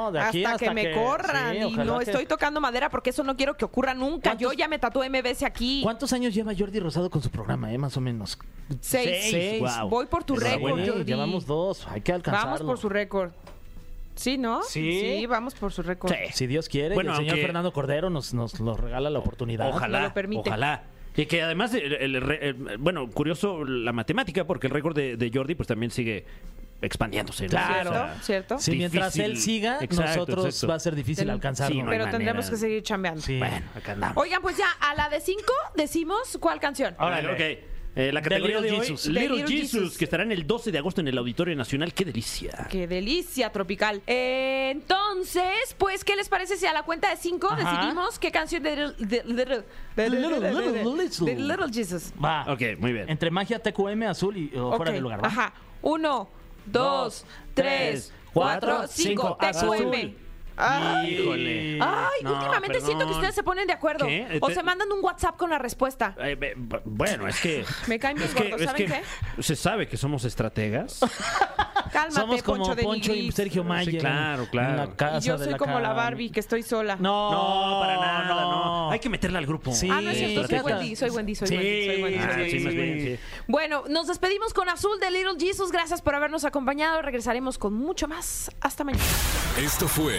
S1: nunca.
S3: de aquí
S1: hasta, que me corran.
S3: sí,
S1: y
S3: ojalá
S1: no
S3: que-
S1: estoy tocando madera porque eso no quiero que ocurra nunca. Yo
S3: ¿Cuántos-
S1: ya me tatué MBS aquí.
S3: ¿Cuántos años lleva Jordi Rosado con su programa, eh? Más o menos.
S1: Seis.
S3: Seis, guau.
S1: Voy por tu récord,
S3: Enhorabuena,
S1: Jordi.
S3: Llevamos dos, hay que alcanzarlo.
S1: Vamos por su récord. ¿Sí, no?
S3: Sí.
S1: vamos por su récord.
S2: Sí.
S3: Si Dios quiere,
S2: Bueno,
S3: y el señor
S2: aunque-
S3: Fernando Cordero nos, nos lo regala la oportunidad.
S1: no
S2: Ojalá,
S1: lo permite.
S2: ojalá. Y que además, el- el re- el- bueno, curioso la matemática, porque el récord de, de Jordi pues también sigue expandiéndose. ¿no?
S1: Claro.
S2: O sea,
S1: ¿Cierto?
S3: Si mientras
S2: Difícil.
S3: él siga,
S2: Exacto,
S3: nosotros
S2: exacto.
S3: va a ser difícil
S1: Ten-
S3: alcanzarlo.
S2: Sí, no hay
S1: Pero tendremos
S2: manera.
S1: que seguir chambeando.
S3: Sí.
S2: Bueno, acá andamos.
S1: Oigan, pues ya, a la de cinco decimos cuál canción.
S2: Órale, ok. Eh, la categoría
S3: Little
S2: de hoy,
S3: Jesus.
S1: The
S2: Little
S1: Little
S2: Jesus,
S1: Jesus.
S2: que estará en el 12 de agosto en el Auditorio Nacional. ¡Qué delicia!
S1: Qué delicia tropical. Eh, entonces, pues, ¿qué les parece si a la cuenta de cinco
S3: Ajá.
S1: decidimos qué canción de Little, de- de- de-
S3: Little,
S1: de- de-
S3: Little,
S1: de
S3: Little.
S1: Little Jesus?
S3: Va.
S2: Ok, muy bien.
S3: Entre magia, TQM, azul y o fuera
S1: Ok,
S3: del lugar. ¿va?
S1: Ajá. Uno, dos,
S3: Dos,
S1: tres,
S3: tres,
S1: cuatro,
S3: cuatro,
S1: cinco.
S3: cinco.
S1: TQM.
S3: Azul.
S1: Ay,
S2: Híjole.
S1: Ay,
S2: No,
S1: últimamente siento que
S2: perdón.
S1: ustedes se ponen de acuerdo.
S2: ¿Qué?
S1: O
S2: Te-
S1: se mandan un WhatsApp con la respuesta.
S2: Eh, be- b- bueno, es que.
S1: Me caen bien
S2: es que,
S1: gordos,
S2: es
S1: ¿saben
S2: que se sabe que somos estrategas.
S1: Cálmate,
S3: Somos como
S1: Poncho de
S3: Poncho y
S1: Nigris.
S3: Sergio Mayer.
S2: claro,
S3: en-
S2: claro.
S3: en la casa
S1: Y yo
S3: de
S1: soy como la
S3: cama.
S1: Barbie, que estoy sola.
S3: No,
S2: No, para nada, no. Hay que meterla al grupo.
S3: Sí.
S1: Ah, no es cierto, soy
S3: Estrategia.
S1: Wendy, soy Wendy, soy
S3: Sí,
S1: Wendy, soy Wendy, soy
S2: Ah,
S1: Wendy,
S2: sí,
S1: soy
S2: más
S1: Wendy.
S2: bien, sí.
S1: Bueno, nos despedimos con Azul de Little Jesus. Gracias por habernos acompañado. Regresaremos con mucho más. Hasta mañana.
S5: Esto fue.